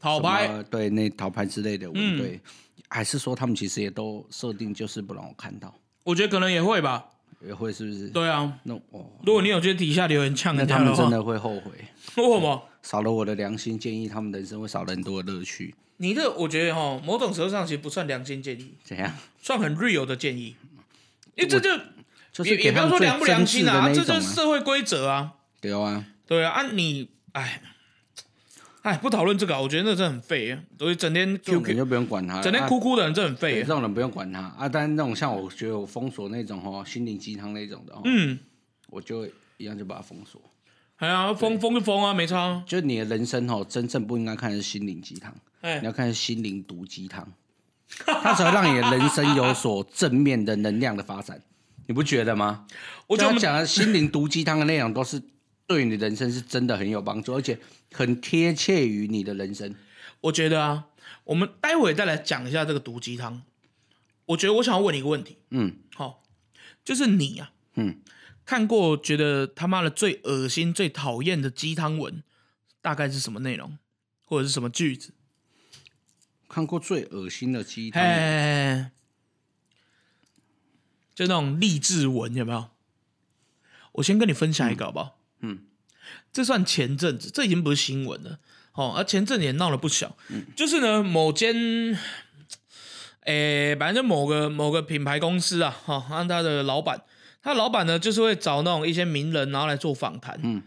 S1: 好
S2: 什
S1: 拍，嗯
S2: 么对那淘牌之类的，我对，还是说他们其实也都设定就是不让我看到，
S1: 我觉得可能也会吧。
S2: 也会是不是？
S1: 对啊，
S2: 那
S1: *laughs*
S2: 哦，
S1: 如果你有觉得底下留言呛
S2: 那
S1: 人
S2: 他
S1: 家
S2: 们
S1: 话
S2: 真，的会后悔，
S1: 为什么？
S2: 少了我的良心建议，他们人生会少了很多的乐趣。
S1: 你这我觉得哈，某种程度上其实不算良心建议，
S2: 怎样？
S1: 算很 real 的建议，因为这就
S2: 就是
S1: 也
S2: 给
S1: 也不
S2: 他
S1: 要
S2: 们
S1: 说
S2: 最
S1: 良不良
S2: 真
S1: 心
S2: 挚的那一
S1: 这
S2: 种
S1: 就是
S2: 啊，
S1: 社会规则啊。
S2: 对啊，
S1: 对啊，啊你，哎，哎，不讨论这个啊，我觉得那真的很废啊，所以整天
S2: 这种人
S1: QQ
S2: 就不用管他了，
S1: 整天
S2: 啊
S1: 哭哭的人真的很
S2: 对
S1: 废
S2: 这
S1: 啊。
S2: 种人不用管他啊。但是那种像我觉得我封锁那种哦，心灵鸡汤那种的哦，
S1: 嗯，
S2: 我就一样就把它封锁。
S1: 哎呀，疯疯就疯啊，没差啊。
S2: 就你的人生哦，真正不应该看的是心灵鸡汤，
S1: 哎
S2: 你要看心灵毒鸡汤，它才会让你的人生有所正面的能量的发展，你不觉得吗？
S1: 我觉得我
S2: 就他
S1: 们
S2: 讲的心灵毒鸡汤的内容都是对你的人生是真的很有帮助，而且很贴切于你的人生。
S1: 我觉得啊，我们待会再来讲一下这个毒鸡汤。我觉得我想要问你一个问题，
S2: 嗯，
S1: 好，就是你啊，
S2: 嗯，
S1: 看过觉得他妈的最恶心、最讨厌的鸡汤文，大概是什么内容，或者是什么句子？
S2: 看过最恶心的鸡汤，
S1: 哎，就那种励志文有没有？我先跟你分享一个好不好？
S2: 嗯，
S1: 这算前阵子，这已经不是新闻了。哦，而前阵子也闹得不小，
S2: 嗯
S1: 就是呢，某间，诶，反正就某个某个品牌公司啊，哈、按他的老板，他老板呢就是会找那种一些名人，然后来做访谈。
S2: 嗯，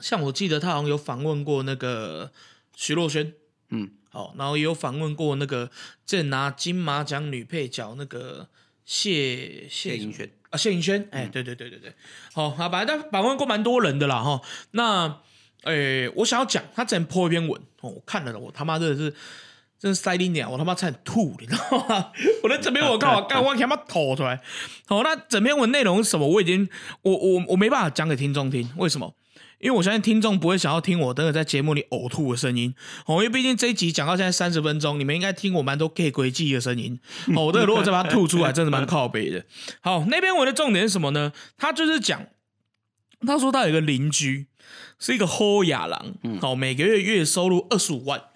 S1: 像我记得他好像有访问过那个徐若瑄，
S2: 嗯，
S1: 好，然后也有访问过那个正拿金马奖女配角那个谢谢
S2: 谢
S1: 什么
S2: 盈萱，
S1: 啊，谢颖轩，哎、对对对对对，好啊，反正他访问过蛮多人的啦哈。那，诶、我想要讲，他之前 po 一篇文，哦，我看了的，我他妈真的是，真是塞利鸟，我他妈差点吐，你知道吗？ *laughs* 我那整篇文我看我干，我他妈吐出来。好，那整篇文内容是什么？我已经，我我我没办法讲给听众听，为什么？因为我相信听众不会想要听我等等在节目里呕吐的声音，哦，因为毕竟这一集讲到现在三十分钟，你们应该听我蛮多 gay 轨迹的声音，哦，我这个如果再把它吐出来，真的蛮靠北的。好，那篇文的重点是什么呢？他就是讲，他说他有一个邻居是一个豁亚郎，哦，每个月月收入二十五万，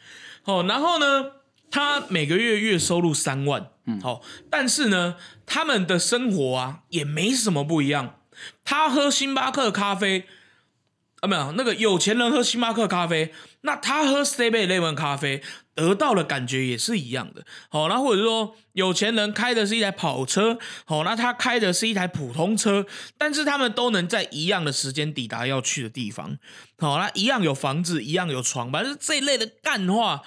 S1: 哦，然后呢，他每个月月收入三万，嗯，好、但是呢，他们的生活啊也没什么不一样，他喝星巴克咖啡。啊，没有，那个有钱人喝星巴克咖啡，那他喝 Seven Eleven 咖啡，得到的感觉也是一样的。好、那或者说有钱人开的是一台跑车，好、那他开的是一台普通车，但是他们都能在一样的时间抵达要去的地方。好、那一样有房子，一样有床，反正这一类的干话，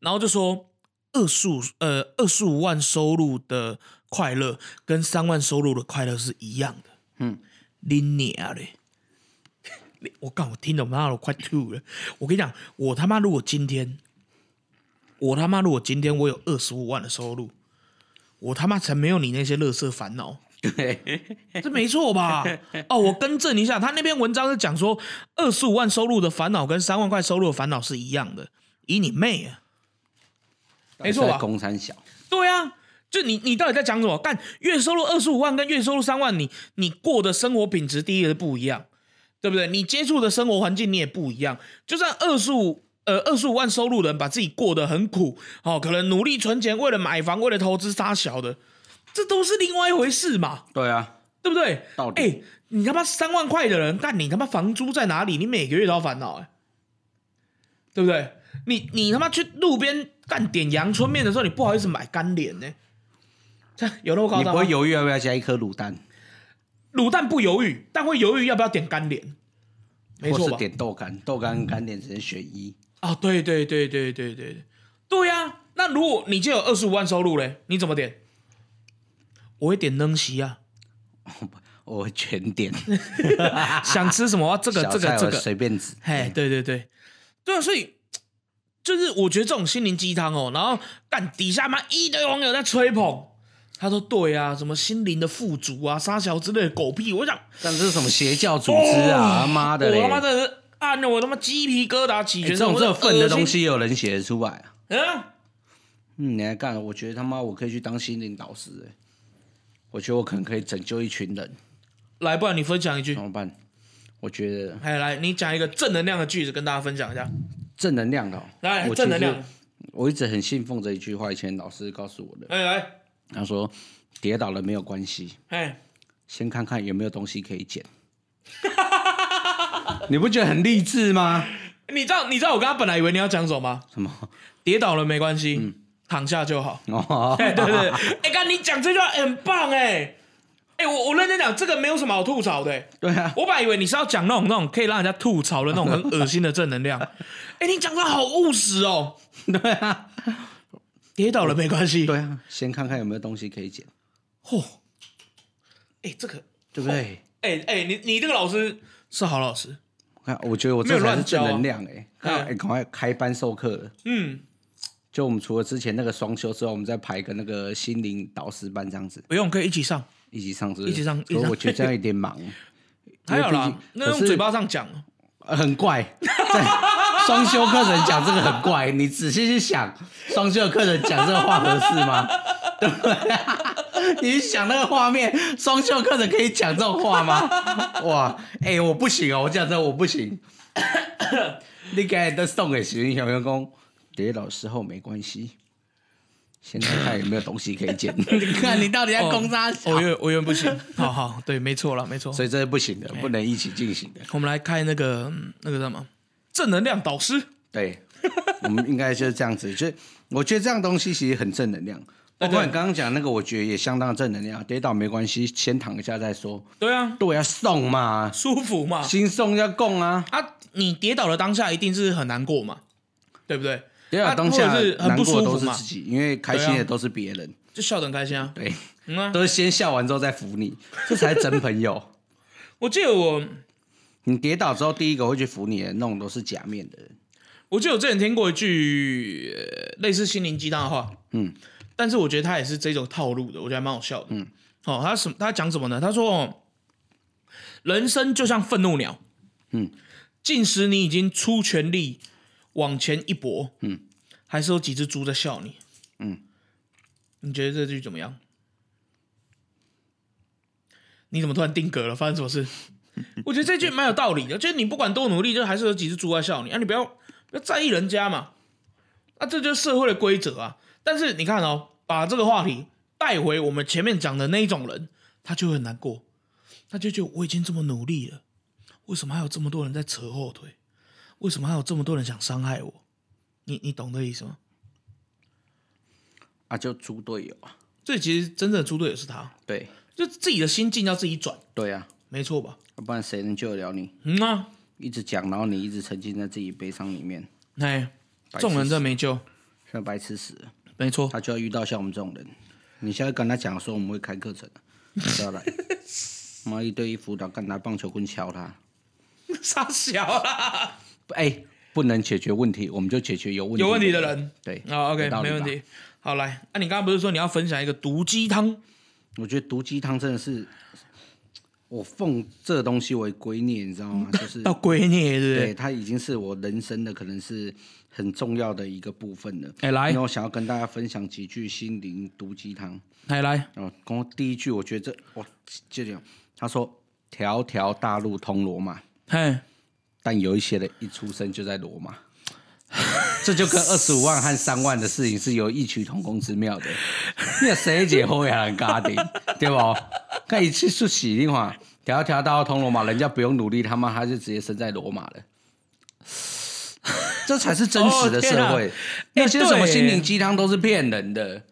S1: 然后就说二十五呃二十五万收入的快乐跟三万收入的快乐是一样的。
S2: 嗯，
S1: 你娘嘞！你 *laughs* 我刚我听懂，妈的，我快吐了！我跟你讲，我他妈如果今天，我他妈如果今天我有二十五万的收入，我他妈才没有你那些乐色烦 *laughs* 恼。
S2: 对，
S1: 这没错吧？哦，我更正一下，他那篇文章是讲说，二十五万收入的烦恼跟三万块收入的烦恼是一样的。以你妹啊！没错吧
S2: 在公山小，
S1: 对啊，就你你到底在讲什么？干月收入二十五万跟月收入三万，你你过的生活品质第一个是不一样，对不对？你接触的生活环境你也不一样。就算二十五呃二十五万收入的人把自己过得很苦，哦，可能努力存钱，为了买房，为了投资，杀小的，这都是另外一回事嘛。
S2: 对啊，
S1: 对不对？
S2: 道理
S1: 哎、你他妈三万块的人，但你他妈房租在哪里？你每个月都要烦恼、哎，对不对？你你他妈去路边干点阳春面的时候，你不好意思买干脸呢、这有那么
S2: 你
S1: 夸张啊
S2: 不
S1: 吗
S2: 会？犹豫要不要加一颗卤蛋，
S1: 卤蛋不犹豫，但会犹豫要不要点干脸，没
S2: 或
S1: 错
S2: 是
S1: 吧？
S2: 点豆干，豆干跟干点只能选一，
S1: 啊，对对对对对对，对呀、那如果你就有二十五万收入嘞，你怎么点？我会点扔席啊，
S2: 我会全点，
S1: 想吃什么、啊、这个
S2: 小
S1: 这
S2: 菜
S1: 个这
S2: 我
S1: 个，
S2: 随便指，
S1: 嘿，对对对，对啊，所以就是我觉得这种心灵鸡汤哦，然后干底下嘛一堆网友在吹捧，他说对啊，什么心灵的富足啊、沙小之类的狗屁，我想
S2: 但这是什么邪教组织啊？他妈的
S1: 哦我
S2: 嘞！
S1: 他妈真的是按的我他妈鸡皮疙瘩起
S2: 欸
S1: 全
S2: 这
S1: 身，
S2: 种
S1: 我就
S2: 热愤的东
S1: 恶心，
S2: 西也有人写得出来啊！
S1: 嗯，
S2: 嗯，你还干？我觉得他妈我可以去当心灵导师、欸，我觉得我可能可以拯救一群人，
S1: 来，不然你分享一句
S2: 怎，么办？我觉得
S1: 哎，来，你讲一个正能量的句子跟大家分享一下，
S2: 正能量的哦、
S1: 来，
S2: 我
S1: 正能
S2: 其
S1: 量
S2: 实，我一直很信奉这一句话，以前老师告诉我的，
S1: 哎来，
S2: 他说跌倒了没有关系，
S1: 哎，
S2: 先看看有没有东西可以 *laughs* 捡。你不觉得很励志 *laughs* 吗？
S1: 你知道你知道我刚刚本来以为你要讲什么吗？
S2: 什么？
S1: 跌倒了没关系，
S2: 嗯
S1: 躺下就好。
S2: 哦，
S1: 哎， *laughs* 对对对，哎、刚你讲这句话很棒哎、哎、我我认真讲，这个没有什么好吐槽的、哎
S2: *laughs* 对啊，
S1: 我本来以为你是要讲那种那种可以让人家吐槽的那种很恶心的正能
S2: *laughs*
S1: 量。哎、你讲的好务实哦。
S2: 对啊，
S1: 跌倒了没关系。
S2: 对啊，先看看有没有东西可以捡，
S1: 嚯，哎、这个，
S2: 对不对？
S1: 哎、哎、你你这个老师是好老师。
S2: 我看，我觉得我这才是正能量哎、
S1: 没有乱教啊
S2: 欸！赶、快开班授课了。
S1: 嗯，
S2: 就我们除了之前那个双休之外，我们再排一个那个心灵导师班这样子，
S1: 不用，可以一起上，
S2: 一起上是不是
S1: 一起上
S2: 所以我觉得这样有点忙，
S1: *laughs* 还好
S2: 因为
S1: 啦
S2: 毕竟，
S1: 那用
S2: 可是
S1: 嘴巴上讲。
S2: 呃很怪。在双休课程讲这个很怪，你仔细去想，双休课程讲这个话合适吗？对不对？你去想那个画面，双秀课程可以讲这种话吗？哇，哎、我不行哦，我讲真的我不行。你刚才都送给学小员工，给老师后没关系。现在看有没有东西可以剪？ *laughs* 你看你到底在攻杀小、
S1: 哦我永远我永远不行。好好，对，没错了，没错。
S2: 所以这是不行的，不能一起进行的。
S1: 我们来开那个嗯那个叫什么正能量导师，
S2: 对，我们应该就是这样子。 *laughs* 就我觉得这样东西其实很正能量。
S1: 啊
S2: 包括你刚刚讲那个，我觉得也相当正能量。跌倒没关系，先躺一下再说。
S1: 对啊，
S2: 对啊，送嘛，
S1: 舒服嘛。
S2: 心送要供啊。
S1: 啊，你跌倒的当下一定是很难过嘛，对不对？
S2: 跌
S1: 啊
S2: 倒当下
S1: 或者是很
S2: 难
S1: 不
S2: 过
S1: 舒
S2: 的都
S1: 服
S2: 是
S1: 嘛啊
S2: 自，己，因为开心的都是别人。
S1: 就笑得很开心啊。
S2: 对，
S1: 嗯啊，
S2: 都是先笑完之后再扶你，这才是真朋友。 *laughs*
S1: 我记得我，
S2: 你跌倒之后，第一个会去扶你的那种都是假面的人。
S1: 我记得我之前听过一句、呃类似心灵鸡汤的话，
S2: 嗯，
S1: 但是我觉得他也是这种套路的，我觉得还蛮好笑的。嗯，哦，他什么？他讲什么呢？他说，哦，人生就像愤怒鸟，
S2: 嗯，
S1: 即使你已经出全力往前一搏，
S2: 嗯，
S1: 还是有几只猪在笑你，
S2: 嗯，
S1: 你觉得这句怎么样？你怎么突然定格了？发生什么事？ *laughs* 我觉得这句蛮有道理的，就是你不管多努力，就还是有几只猪在笑你啊！你不要不要在意人家嘛，啊，这就是社会的规则啊。但是你看哦，把这个话题带回我们前面讲的那一种人，他就会很难过，他就觉得我已经这么努力了，为什么还有这么多人在扯后腿？为什么还有这么多人想伤害我？你你懂这意思吗？
S2: 啊，就猪队友啊。
S1: 所以其实真正的猪队友是他，
S2: 对，
S1: 就自己的心境要自己转，
S2: 对啊，
S1: 没错吧？
S2: 要不然谁能救得了你？
S1: 嗯啊，
S2: 一直讲，然后你一直沉浸在自己悲伤里面，
S1: 哎，
S2: 白痴
S1: 众人真没救，
S2: 像白痴死了。
S1: 没错。
S2: 他就要遇到像我们这种人。你现在跟他讲说我们会开课程，不要来。妈一对一辅导，干拿棒球棍敲他。
S1: *laughs* 傻小啦，
S2: 不哎、不能解决问题，我们就解决有问题
S1: 有问题的。人。
S2: 对，
S1: 啊、o k
S2: 有道理
S1: 没
S2: 吧
S1: 问题。好，来，啊那、你刚刚不是说你要分享一个毒鸡汤？
S2: 我觉得毒鸡汤真的是，我奉这个东西为圭臬，你知道吗？就是
S1: 到闺女，对不
S2: 对，
S1: 对？
S2: 它已经是我人生的可能是很重要的一个部分了。
S1: 哎来
S2: 那我想要跟大家分享几句心灵毒鸡汤。
S1: 来来，
S2: 哦，刚刚第一句，我觉得这哇，这样他说“条条大路通罗马
S1: 嘿，”，
S2: 但有一些人一出生就在罗马， *laughs* 这就跟二十五万和三万的事情是有异曲同工之妙的。你有谁结婚也能家庭， *laughs* 对不？看一次出喜的话，条条大路通罗马，人家不用努力，他妈他就直接生在罗马了。这才是真实的社
S1: 哦天
S2: 会，
S1: 啊
S2: 那些什么
S1: 对
S2: 心灵鸡汤都是骗人的。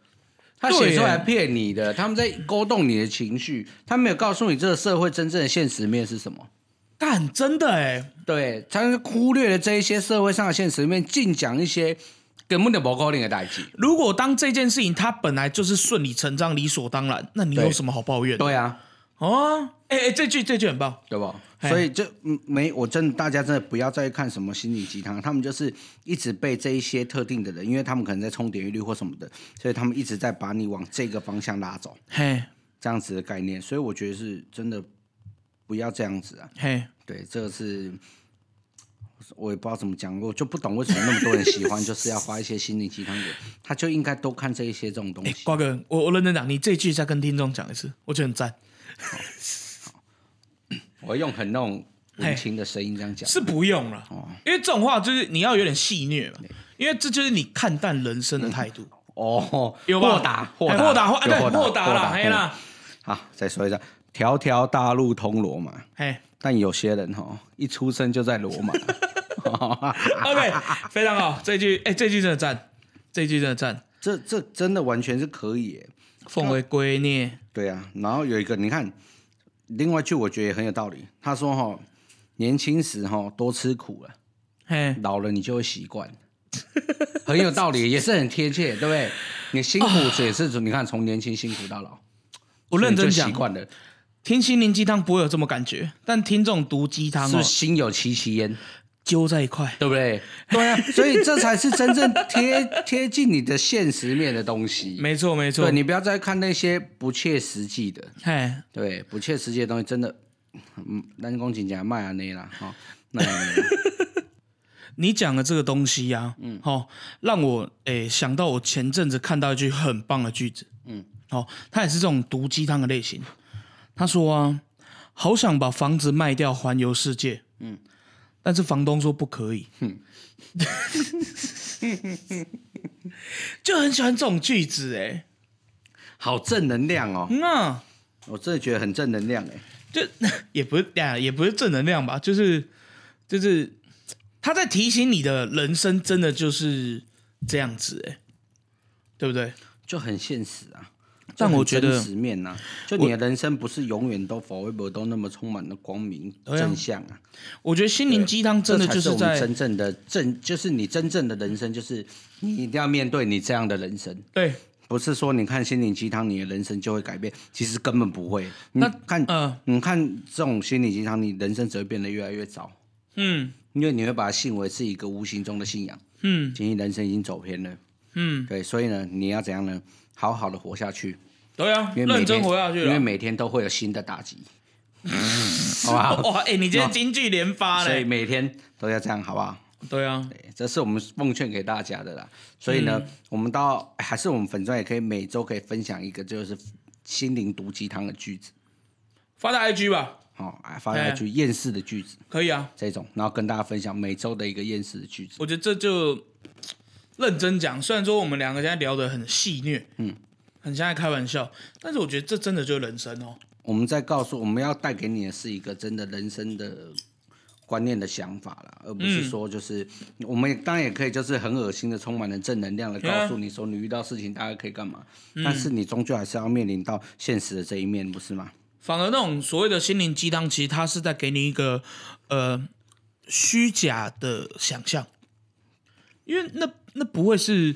S2: 他写出来
S1: 对耶
S2: 骗你的，他们在勾动你的情绪，他没有告诉你这个社会真正的现实面是什么。
S1: 干，真的哎，
S2: 对，他是忽略了这一些社会上的现实面，尽讲一些根本就不可能的代志。
S1: 如果当这件事情它本来就是顺理成章、理所当然，那你
S2: 对
S1: 有什么好抱怨的？
S2: 对啊，
S1: 哦，哎哎，这句这句很棒，
S2: 对吧？
S1: 哎
S2: 所以就嗯没，我真的大家真的不要再看什么心理鸡汤，他们就是一直被这一些特定的人，因为他们可能在冲点阅率或什么的，所以他们一直在把你往这个方向拉走，
S1: 嘿
S2: 这样子的概念。所以我觉得是真的不要这样子啊。
S1: 嘿，
S2: 对，这个是我也不知道怎么讲，我就不懂为什么那么多人喜欢，就是要花一些心灵鸡汤给他，就应该多看这一些这种东
S1: 哎，
S2: 西。
S1: 瓜哥，我我认真讲，你这句再跟听众讲一次，我觉得很赞，
S2: 我用很那种文青的声音这样讲，
S1: 是不用了，
S2: 哦
S1: 因为这种话就是你要有点戏谑嘛，因为这就是你看淡人生的态度。
S2: 哦，
S1: 有吧
S2: 豁达，
S1: 哎
S2: 豁达，
S1: 豁达，豁对，
S2: 有
S1: 豁达
S2: 达
S1: 啦，嘿。
S2: 豁达
S1: 啦，
S2: 好，再说一下，条条大路通罗马，
S1: 嘿
S2: 但有些人哦，一出生就在罗
S1: *laughs*
S2: 马。
S1: ，OK，非常好，这句，哎，这句真的赞，这句真的赞，
S2: 这这真的完全是可以耶，
S1: 奉为圭臬，
S2: 对啊，然后有一个你看，另外一句我觉得也很有道理。他说哈、年轻时哈、多吃苦了，
S1: 嘿，
S2: 老了你就会习
S1: *laughs*
S2: 惯，很有道理，也是很贴切，对不对？你辛苦也是从你看从年轻辛苦到老，
S1: 我认真
S2: 所以
S1: 讲
S2: 就习，惯了，
S1: 听心灵鸡汤不会有这么感觉，但听这种毒鸡汤
S2: 是
S1: 哦
S2: 不是，心有戚戚焉，
S1: 揪在一块，
S2: 对不对？对啊，所以这才是真正贴贴近你的现实面的东西。
S1: 没错没错
S2: 对，你不要再看那些不切实际的，
S1: 嘿，
S2: 对，不切实际的东西真的，嗯，咱讲真正卖安尼啦，哦哈、那样呢。
S1: *laughs* 你讲的这个东西啊呀、嗯，好、让我诶、想到我前阵子看到一句很棒的句子，嗯，哦，他也是这种毒鸡汤的类型。他说啊，好想把房子卖掉环游世界，嗯，但是房东说不可以，嗯， *laughs* 就很喜欢这种句子哎，
S2: 好正能量哦，
S1: 嗯啊，
S2: 我真的觉得很正能量哎。
S1: 就 *laughs* 也不是哎呀，也不是正能量吧，就是就是他在提醒你的人生真的就是这样子哎，对不对？
S2: 就很现实啊。
S1: 但
S2: 就很
S1: 我觉得
S2: 真实面呐、啊，就你的人生不是永远都否不都那么充满了光明
S1: 啊
S2: 正向啊，
S1: 我觉得心灵鸡汤真的
S2: 这才
S1: 就是是
S2: 我们
S1: 在
S2: 真正的正，就是你真正的人生，就是你一定要面对你这样的人生，
S1: 对
S2: 不是说你看心灵鸡汤，你的人生就会改变，其实根本不会。你
S1: 那
S2: 看，
S1: 呃
S2: 你看这种心灵鸡汤，你人生只会变得越来越糟，
S1: 嗯
S2: 因为你会把它信为是一个无形中的信仰，
S1: 嗯
S2: 其实人生已经走偏了。
S1: 嗯，
S2: 对，所以呢，你要怎样呢？好好的活下去，
S1: 对啊，
S2: 因为每
S1: 认真
S2: 天
S1: 活下去
S2: 因为
S1: 了。
S2: 每天都会有新的
S1: *laughs*
S2: 打击，好不好？
S1: 哇，哎、你今天金句连发
S2: 所以
S1: 嘞！
S2: 每天都要这样，好不好？
S1: 对啊，
S2: 对这是我们奉劝给大家的啦。所以
S1: 嗯
S2: 呢，我们到哎还是我们粉钻也可以每周可以分享一个就是心灵毒鸡汤的句子，
S1: 发到 IG 吧，
S2: 哦，啊发下去厌世的句子
S1: 可以啊。
S2: 这种，然后跟大家分享每周的一个厌世的句子。
S1: 我觉得这就认真讲，虽然说我们两个现在聊得很戏谑，嗯，很像在开玩笑，但是我觉得这真的就是人生哦。
S2: 我们在告诉我们要带给你的是一个真的人生的观念的想法啦，而不
S1: 嗯
S2: 是说就是、我们也当然也可以就是很恶心的、充满了正能量的
S1: 对啊嗯
S2: 告诉你说你遇到事情大概可以干嘛，但是你终究还是要面临到现实的这一面，不是吗？
S1: 反而那种所谓的心灵鸡汤，其实它是在给你一个呃虚假的想象，因为那那不会是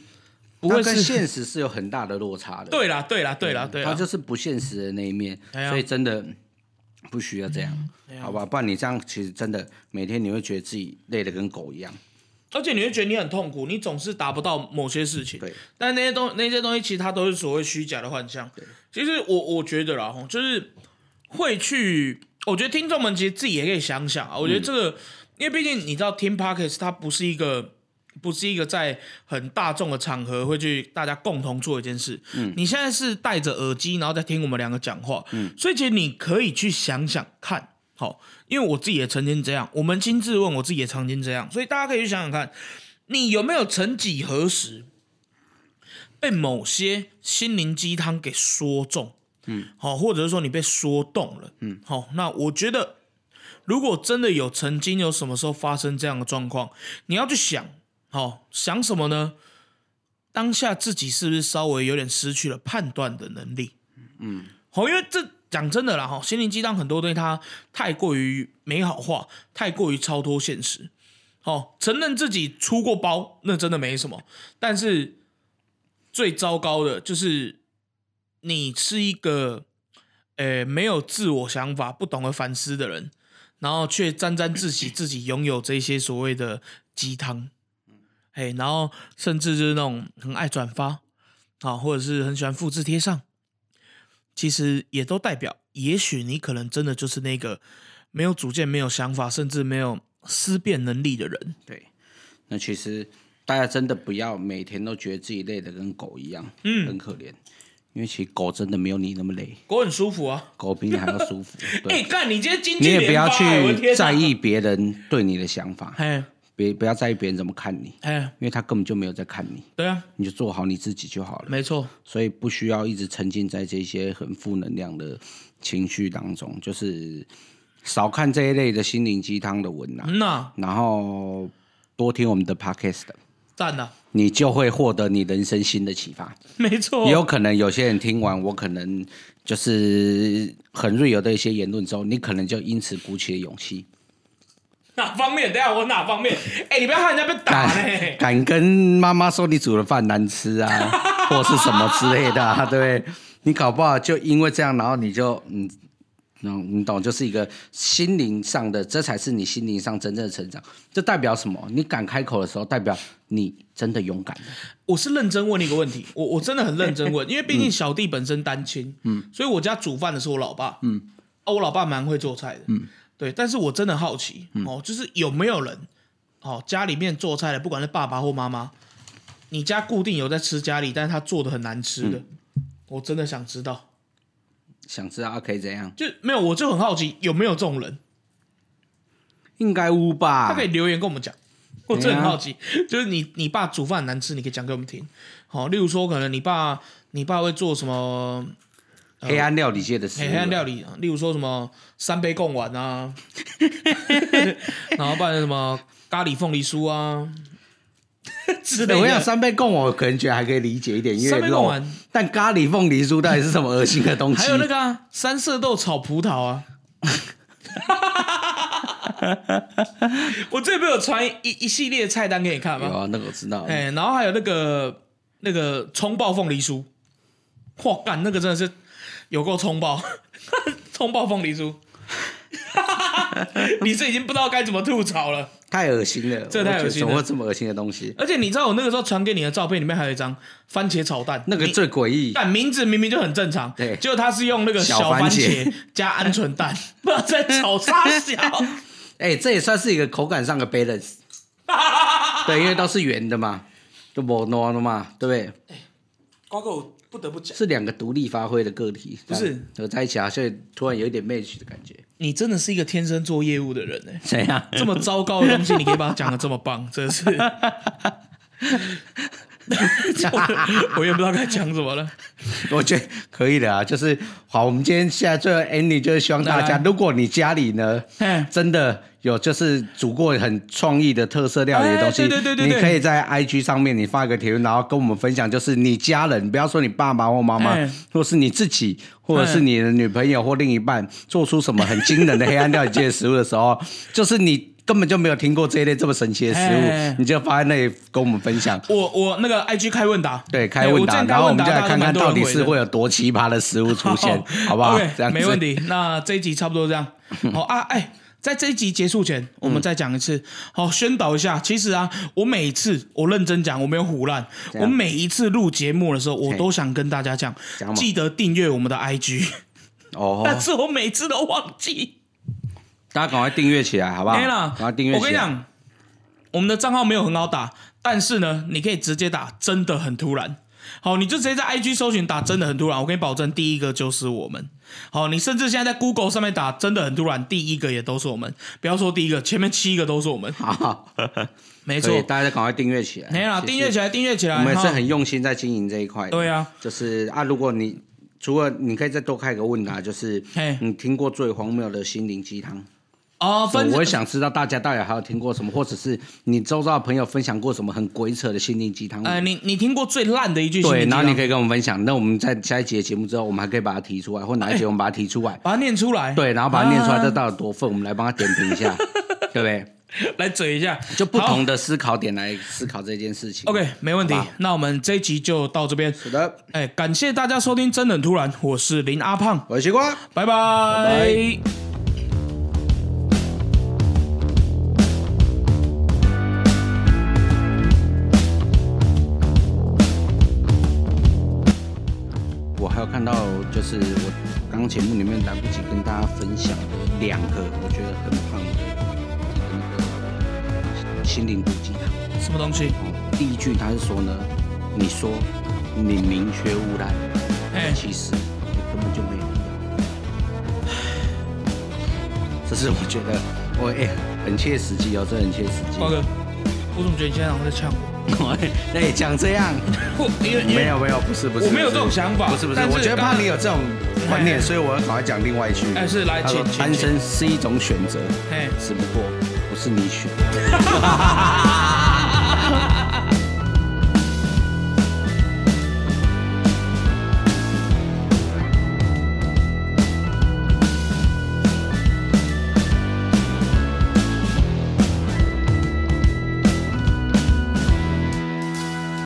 S1: 不
S2: 它
S1: 会
S2: 跟
S1: 是
S2: 现实是有很大的落差的。
S1: 对啦对啦对啦对
S2: 它
S1: 啦，
S2: 就是不现实的那一面，
S1: 哎呀嗯哎
S2: 所以真的不需要这样，嗯好吧？不然你这样其实真的每天你会觉得自己累得跟狗一样。
S1: 而且你会觉得你很痛苦，你总是达不到某些事情。
S2: 对，
S1: 但那些东那些东西，其实它都是所谓虚假的幻象。其实我我觉得啦，吼就是会去，我觉得听众们其实自己也可以想想啊。我觉得这个，因为毕竟你知道，听 podcast 它不是一个。不是一个在很大众的场合会去大家共同做一件事。嗯，你现在是戴着耳机，然后在听我们两个讲话。嗯，所以其实你可以去想想看，好，因为我自己也曾经这样，我们亲自问我自己也曾经这样，所以大家可以去想想看，你有没有曾几何时被某些心灵鸡汤给说中？嗯，好，或者是说你被说动了，嗯，好，那我觉得如果真的有曾经有什么时候发生这样的状况，你要去想，好，想什么呢？当下自己是不是稍微有点失去了判断的能力？嗯，好，因为这讲真的啦，哈，心灵鸡汤很多东西它太过于美好化，太过于超脱现实。哦，承认自己出过包，那真的没什么。但是最糟糕的就是你是一个，呃，没有自我想法、不懂得反思的人，然后却沾沾自
S2: *coughs*
S1: 喜自己拥有这些所谓的鸡汤，
S2: 嗯
S1: 哎，然后甚至就是那种很爱转发啊，或者是很喜欢复制贴上，其实也都代表，也许你可能真的就是那个没有主见、没有想法，甚至没有思辨能力的人。
S2: 对，那其实大家真的不要每天都觉得自己累得跟狗一样，嗯，很可怜，因为其实狗真的没有你那么累，
S1: 狗很舒服啊！
S2: 狗比你还要
S1: *laughs*
S2: 舒服。对，
S1: 哎，干、你今天金
S2: 你
S1: 句
S2: 也不
S1: 连
S2: 要
S1: 发哎我的天
S2: 去
S1: 哪
S2: 在意别人对你的想法，
S1: 哎
S2: 别不要在意别人怎么看你，
S1: 哎，
S2: 因为他根本就没有在看你，
S1: 对啊，
S2: 你就做好你自己就好了。
S1: 没错，
S2: 所以不需要一直沉浸在这些很负能量的情绪当中，就是少看这一类的心灵鸡汤的文啊，
S1: 嗯呐、
S2: 然后多听我们的 podcast，
S1: 赞啊呐、
S2: 你就会获得你人生新的启发。
S1: *laughs* 没错，
S2: 也有可能有些人听完我可能就是很 real 的一些言论之后，你可能就因此鼓起了勇气，
S1: 哪方面？等一下我哪方面？ *laughs* 哎、你不要害人家被打
S2: 敢
S1: 嘞！
S2: 敢跟妈妈说你煮的饭难吃啊，或是什么之类的、啊，对不对？你搞不好就因为这样，然后你就嗯。嗯，你懂，就是一个心灵上的，这才是你心灵上真正的成长。这代表什么？你敢开口的时候，代表你真的勇敢了。
S1: *laughs* 我是认真问你一个问题，我我真的很认真 *laughs* 问，因为毕竟小弟本身单亲，嗯，所以我家煮饭的是我老爸，嗯，啊，我老爸蛮会做菜的，嗯，对，但是我真的好奇，哦，就是有没有人，哦，家里面做菜的，不嗯管是爸爸或妈妈，你家固定有在吃家里，但是他做的很难吃的，我真的想知道，
S2: 想知道啊可以怎样？
S1: 就没有，我就很好奇有没有这种人，
S2: 应该污吧？
S1: 他可以留言跟我们讲。我
S2: 啊
S1: 真的很好奇， *laughs* 就是你你爸煮饭很难吃，你可以讲给我们听。好，例如说可能你爸你爸会做什么
S2: 黑暗料理界的事、
S1: 黑黑暗料理，啊例如说什么三杯贡丸
S2: *laughs*
S1: 啊，然后不然什么咖喱凤梨酥
S2: *laughs*
S1: 啊之类
S2: 对，
S1: 的。
S2: 我想三杯贡，我可能觉得还可以理解一点，因
S1: 三
S2: 为
S1: 杯贡
S2: 肉
S1: 丸。
S2: 但咖喱凤梨酥到底是什么恶心的东西？
S1: 还有那个、啊、三色豆炒葡萄
S2: *laughs*
S1: 啊。 *laughs* 我这边有传一一系列菜单给你看
S2: 有
S1: 吗？
S2: 啊，那个我知道。
S1: 哎、然后还有那个那个葱爆凤梨酥，哇干，那个真的是有够葱爆， *laughs* 葱爆凤梨酥， *laughs* 你这已经不知道该怎么吐槽了。
S2: 太恶心了，
S1: 这太恶心了呃
S2: 我觉得怎么会这么恶心的东西？
S1: 而且你知道我那个时候传给你的照片里面还有一张番茄炒蛋，
S2: 那个
S1: 你
S2: 最诡异，
S1: 但名字明明就很正常，
S2: 对
S1: 结果他是用那个
S2: 小
S1: 小番
S2: 番茄
S1: 茄加鹌鹑蛋， *laughs* 不知道在炒啥小。
S2: 哎、这也算是一个口感上的 balance，对，因为都是圆的嘛，就抹糯的嘛，对不对？
S1: *laughs* 瓜哥，我不得不讲，
S2: 是两个独立发挥的个体，
S1: 不是
S2: 合在一起，好像突然有一点 match 的感觉。
S1: 你真的是一个天生做业务的人哎、
S2: 谁呀、
S1: 这么糟糕的东西，你可以把它讲的这么棒，真的是。我我也不知道该讲什么了。
S2: *laughs* 我觉得可以的啊，就是好，我们今天现在最后 Andy 就是希望大
S1: 来
S2: 家，
S1: 来
S2: 如果你家里呢
S1: 嘿
S2: 哎真的有就是煮过很创意的特色料理的东西，
S1: 哎对对对对对
S2: 你可以在 IG 上面你发一个帖文，然后跟我们分享，就是你家人，不要说你爸爸或妈妈
S1: 哎，
S2: 或是你自己，或者是你的女朋友或另一半，做出什么很惊人的黑暗料理界的食物的时候， *laughs* 就是你根本就没有听过这一类这么神奇的食
S1: 哎
S2: 物，你就发在那里跟我们分享。
S1: 我我那个 IG 开问答，
S2: 对，开问
S1: 哎我之
S2: 答，
S1: 前
S2: 然
S1: 开
S2: 后我
S1: 问
S2: 们
S1: 答
S2: 就来看看到底
S1: 大家都蛮多
S2: 是
S1: 人回的哦
S2: 会有多奇葩的食物出
S1: *laughs*
S2: 现，好不好
S1: OK，？
S2: 这样子
S1: 没问。题。那这一集差不多这
S2: *laughs*
S1: 样。好啊，哎，在这一集结束前，我们再讲一次，好宣导一下。其实啊，我每一次我认真讲，我没有胡乱，我每一次录节目的时候，我都想跟大家讲
S2: 讲，嘛
S1: 记得订阅我们的 IG，
S2: 哦，
S1: *laughs* 但是我每次都忘记。
S2: 大家赶快订阅起来，好不好？
S1: 没
S2: 赶
S1: 啦，
S2: 快订阅
S1: 我跟
S2: 起
S1: 你
S2: 来。
S1: 讲，我们的账号没有很好打，但是呢，你可以直接打，真的很突然。好，你就直接在 IG 搜寻打，真的很突然。我跟你保证，第一个就是我们。好，你甚至现在在 Google 上面打，真的很突然，第一个也都是我们。不要说第一个，前面七个都是我们。
S2: 好 *laughs* 好，
S1: 没
S2: 没
S1: 错，
S2: 大家赶快订阅起来。
S1: 没啦，
S2: 谢
S1: 订
S2: 谢
S1: 阅起来，订阅起来。
S2: 我们也是
S1: 哈
S2: 很用心在经营这一块。
S1: 对啊，
S2: 就是啊，如果你除了你可以再多开一个问答，啊就是
S1: 嘿
S2: 你听过最荒谬的心灵鸡汤。
S1: 哦，分
S2: 我也想知道大家到底还有听过什么，或者是你周遭的朋友分享过什么很鬼扯的心灵鸡汤。
S1: 呃，你你听过最烂的一句心
S2: 对，
S1: 灵鸡
S2: 然后你
S1: 汤
S2: 可以跟我们分享。那我们在下一集的节目之后，我们还可以把它提出来，或哪一集我们把它提出来。
S1: 把它念出来，
S2: 对，然后把它念出来，
S1: 哎啊
S2: 这到底有多愤，我们来帮他点评一下，对不对？
S1: 来嘴一下，
S2: 就不
S1: 好
S2: 同的思考点来思考这件事情。
S1: OK，没问题
S2: 好吧。
S1: 那我们这一集就到这边。
S2: 好的，
S1: 哎，感谢大家收听，真的很突然，我是林阿胖，
S2: 我是西瓜。
S1: 拜拜。
S2: 拜我还有看到，就是我刚节目里面来不及跟大家分享的两个，我觉得很棒的那个心灵毒鸡汤。
S1: 什么东西？
S2: 哦第一句他是说呢，你说你明缺毋滥，
S1: 哎，
S2: 其实你根本就没有要。这是我觉得我哎、很切实际哦，这很切实际。 *laughs*
S1: 瓜哥，我怎么觉得你现在好像在呛我？
S2: 哎，讲这样
S1: 我哦因为因
S2: 没
S1: 为
S2: 有没有，不是不是，
S1: 我没有
S2: 不是
S1: 这种想法
S2: 不是不是
S1: 但，是
S2: 我觉得
S1: 刚
S2: 怕
S1: 刚
S2: 你有这种观
S1: 哎
S2: 念，所以我要赶快讲另外一句。
S1: 哎是来
S2: 他说
S1: 请请
S2: 单
S1: 请
S2: 身是一种选择，
S1: 哎。
S2: 只不过不是你选。
S1: 哈哈哈哈哈哈